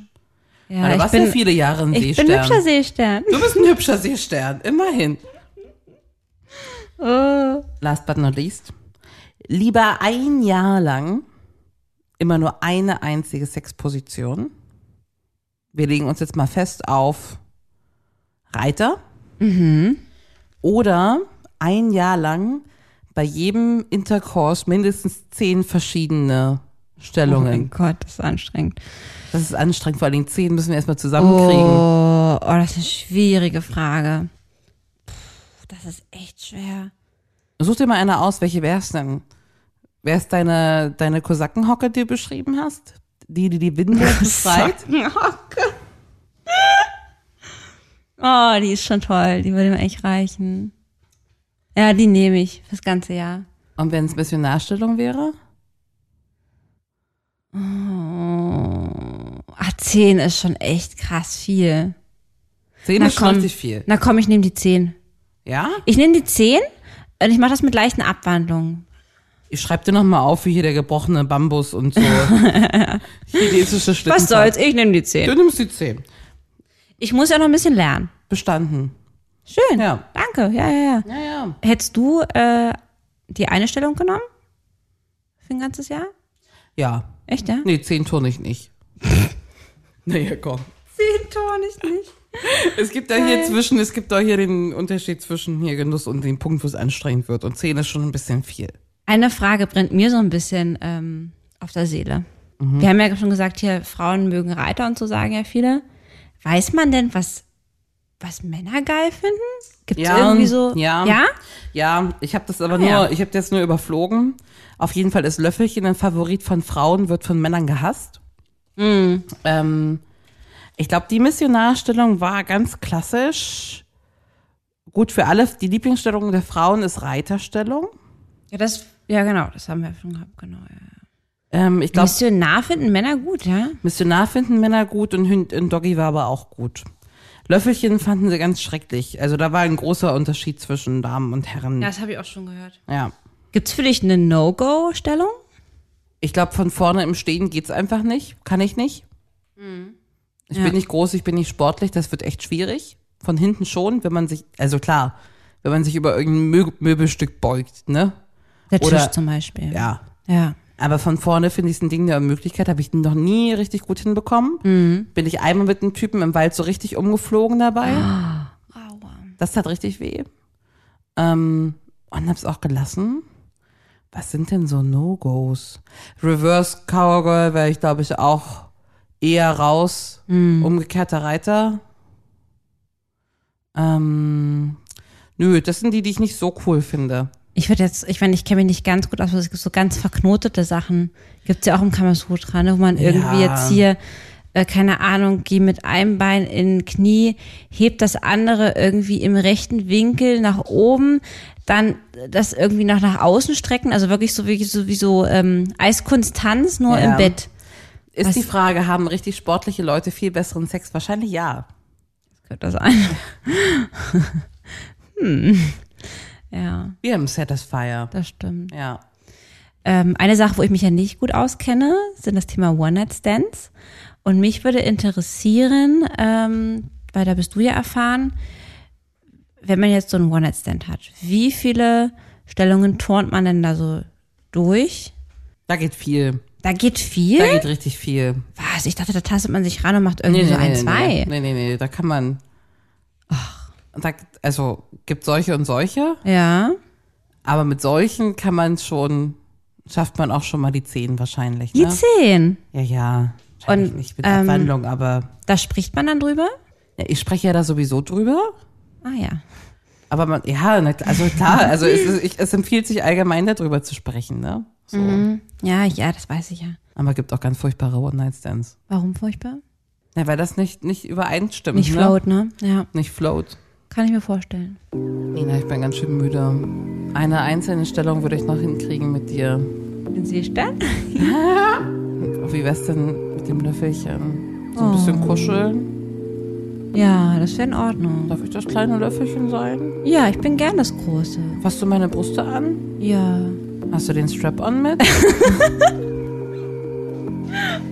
C: ja,
B: du warst ja viele Jahre ein
C: ich
B: Seestern.
C: bin hübscher Seestern. Oh
B: du bist ein hübscher Seestern, immerhin.
C: Äh.
B: Last but not least. Lieber ein Jahr lang immer nur eine einzige Sexposition. Wir legen uns jetzt mal fest auf Reiter.
C: Mhm.
B: Oder ein Jahr lang bei jedem Intercourse mindestens zehn verschiedene
C: Oh
B: Stellungen.
C: mein Gott, das ist anstrengend.
B: Das ist anstrengend, vor allem zehn müssen wir erstmal zusammenkriegen.
C: Oh, oh, das ist eine schwierige Frage. Puh, das ist echt schwer.
B: Such dir mal eine aus, welche wär's denn? Wär's deine, deine Kosakenhocke, die du beschrieben hast? Die, die die Winde befreit?
C: Sackenhocke. Oh, die ist schon toll. Die würde mir echt reichen. Ja, die nehme ich fürs ganze Jahr.
B: Und wenn es Missionarstellung wäre?
C: Ach, 10 Oh, ist schon echt krass viel.
B: Zehn ist schon richtig viel.
C: Na komm, ich nehme die 10.
B: Ja?
C: Ich nehme die 10 und ich mache das mit leichten Abwandlungen.
B: Ich schreibe dir nochmal auf, wie hier der gebrochene Bambus und so. Chinesische Schlitten.
C: Was soll's, ich nehme die 10.
B: Du nimmst die 10.
C: Ich muss ja noch ein bisschen lernen.
B: Bestanden.
C: Schön.
B: Ja.
C: Danke. Ja, ja, ja.
B: Naja.
C: Hättest du äh, die eine Stellung genommen? Für ein ganzes Jahr?
B: Ja.
C: Echt, ja?
B: Nee, 10 turne ich nicht. naja, komm.
C: Zehn Ton, ich nicht.
B: Es gibt da hier zwischen, es gibt da hier den Unterschied zwischen hier Genuss und dem Punkt, wo es anstrengend wird. Und 10 ist schon ein bisschen viel.
C: Eine Frage brennt mir so ein bisschen ähm, auf der Seele. Wir haben ja schon gesagt, hier Frauen mögen Reiter und so sagen ja viele. Weiß man denn, was, was Männer geil finden? Gibt es
B: Ja,
C: irgendwie so.
B: ja.
C: ja?
B: Ja, ich habe das aber nur,
C: Ah, ja.
B: ich habe das nur überflogen. Auf jeden Fall ist Löffelchen ein Favorit von Frauen, wird von Männern gehasst.
C: Mhm.
B: Ähm, ich glaube, die Missionarstellung war ganz klassisch. Gut für alle. Die Lieblingsstellung der Frauen ist Reiterstellung.
C: Ja, das, ja, genau, das haben wir schon gehabt, genau. Ja.
B: Ähm, ich glaube,
C: Missionar finden Männer gut, ja?
B: Missionar finden Männer gut und Hünd und Doggy war aber auch gut. Löffelchen fanden sie ganz schrecklich. Also da war ein großer Unterschied zwischen Damen und Herren.
C: Ja, das habe ich auch schon gehört.
B: ja.
C: Gibt's für dich eine No-Go-Stellung?
B: Ich glaube, von vorne im Stehen geht's einfach nicht. Kann ich nicht. Ich bin nicht groß, ich bin nicht sportlich, das wird echt schwierig. Von hinten schon, wenn man sich, also klar, wenn man sich über irgendein Mö Möbelstück beugt, ne?
C: Der Tisch
B: Oder-
C: zum Beispiel.
B: Ja.
C: Ja.
B: Aber von vorne finde ich es ein Ding der Möglichkeit, habe ich noch nie richtig gut hinbekommen. Bin ich einmal mit einem Typen im Wald so richtig umgeflogen dabei. Das tat richtig weh. Ähm, und hab's auch gelassen. Was sind denn so No-Gos? Reverse Cowgirl wäre ich, glaube ich, auch eher raus. Umgekehrter Reiter. Ähm, nö, das sind die, die ich nicht so cool finde.
C: Ich würde jetzt, ich meine, ich kenne mich nicht ganz gut aus, aber es gibt so ganz verknotete Sachen. Gibt's ja auch im Kamasutra, ne, wo man irgendwie
B: Ja.
C: jetzt hier, äh, keine Ahnung, geh mit einem Bein in den Knie, hebt das andere irgendwie im rechten Winkel nach oben, dann das irgendwie noch nach außen strecken, also wirklich so, wirklich so wie so ähm, Eiskunsttanz, nur
B: Ja.
C: im Bett.
B: Ist
C: Was-
B: die Frage, haben richtig sportliche Leute viel besseren Sex? Wahrscheinlich ja.
C: Könnte das sein. hm. Ja,
B: Wir im Satisfier.
C: das stimmt.
B: Ja.
C: Ähm, eine Sache, wo ich mich ja nicht gut auskenne, sind das Thema One-Night-Stands. Und mich würde interessieren, ähm, weil da bist du ja erfahren, wenn man jetzt so einen One-Night-Stand hat, wie viele Stellungen turnt man denn da so durch?
B: Da geht viel.
C: Da geht viel.
B: Da geht richtig viel.
C: Was? Ich dachte, da tastet man sich ran und macht irgendwie so ein, zwei.
B: nee. Nee, nee, nee. Da kann man. Ach. Da, also, gibt solche und solche.
C: Ja.
B: Aber mit solchen kann man schon. Schafft man auch schon mal die 10 wahrscheinlich.
C: Die
B: Ne?
C: zehn.
B: Ja, ja. Wahrscheinlich
C: Und,
B: nicht mit
C: ähm,
B: Abwandlung, aber.
C: Da spricht man dann drüber?
B: Ja, ich spreche ja da sowieso drüber.
C: Ah ja.
B: Aber man, ja, na- also klar, also es, ist- ich, es empfiehlt sich allgemein darüber zu sprechen, ne? So.
C: Ja, ja, das weiß ich ja.
B: Aber gibt auch ganz furchtbare One-Night-Stands.
C: Warum furchtbar?
B: Ja, weil das nicht, nicht übereinstimmt.
C: Nicht
B: ne?
C: float, ne? Mhm. Ja,
B: Nicht float.
C: kann ich mir vorstellen.
B: Nina, ich bin ganz schön müde. Eine einzelne Stellung würde ich noch hinkriegen mit dir.
C: Den Seestern?
B: Wie wär's denn mit dem Löffelchen? So ein
C: Oh.
B: bisschen kuscheln.
C: Ja, das wäre in Ordnung.
B: Darf ich das kleine Löffelchen sein?
C: Ja, ich bin gern das Große.
B: Fasst du meine Brüste an?
C: Ja.
B: Hast du den Strap-on mit?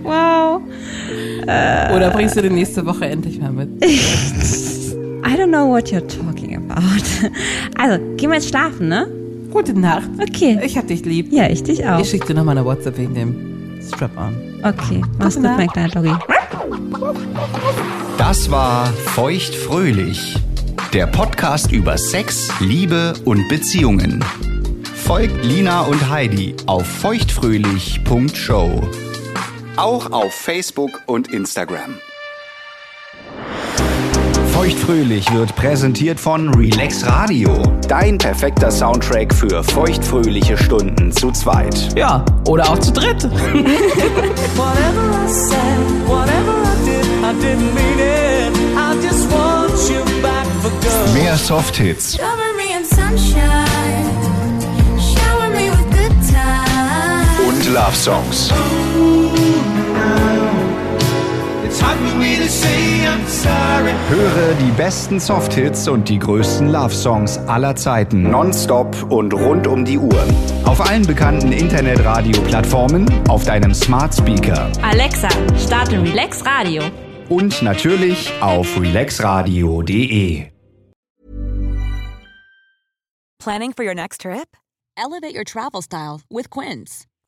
C: Wow.
B: Oder bringst du den nächste Woche endlich mal mit?
C: I don't know what you're talking about. Also, gehen wir jetzt schlafen, ne?
B: Gute Nacht.
C: Okay.
B: Ich hab dich lieb.
C: Ja, ich dich auch.
B: Ich schicke dir noch mal eine WhatsApp wegen dem Strap-on.
C: Okay, mach's gut, mein kleiner Doggy.
A: Das war Feuchtfröhlich, der Podcast über Sex, Liebe und Beziehungen. Folgt Lina und Heidi auf feuchtfröhlich.show. Auch auf Facebook und Instagram. Feuchtfröhlich wird präsentiert von Relax Radio. Dein perfekter Soundtrack für feuchtfröhliche Stunden zu zweit.
B: Ja, oder auch zu dritt.
H: Whatever I said, whatever I did, I didn't mean it. I just want you back for good.
A: Mehr Softhits
I: Cover me in sunshine. Shower me with good times.
A: und Love Songs. Höre die besten Softhits und die größten Love Songs aller Zeiten nonstop und rund um die Uhr auf allen bekannten Internetradio-Plattformen, auf deinem Smart Speaker
C: Alexa, starte Relax Radio.
A: und natürlich auf relaxradio.de.
I: Planning for your next trip? Elevate your travel style with Quince.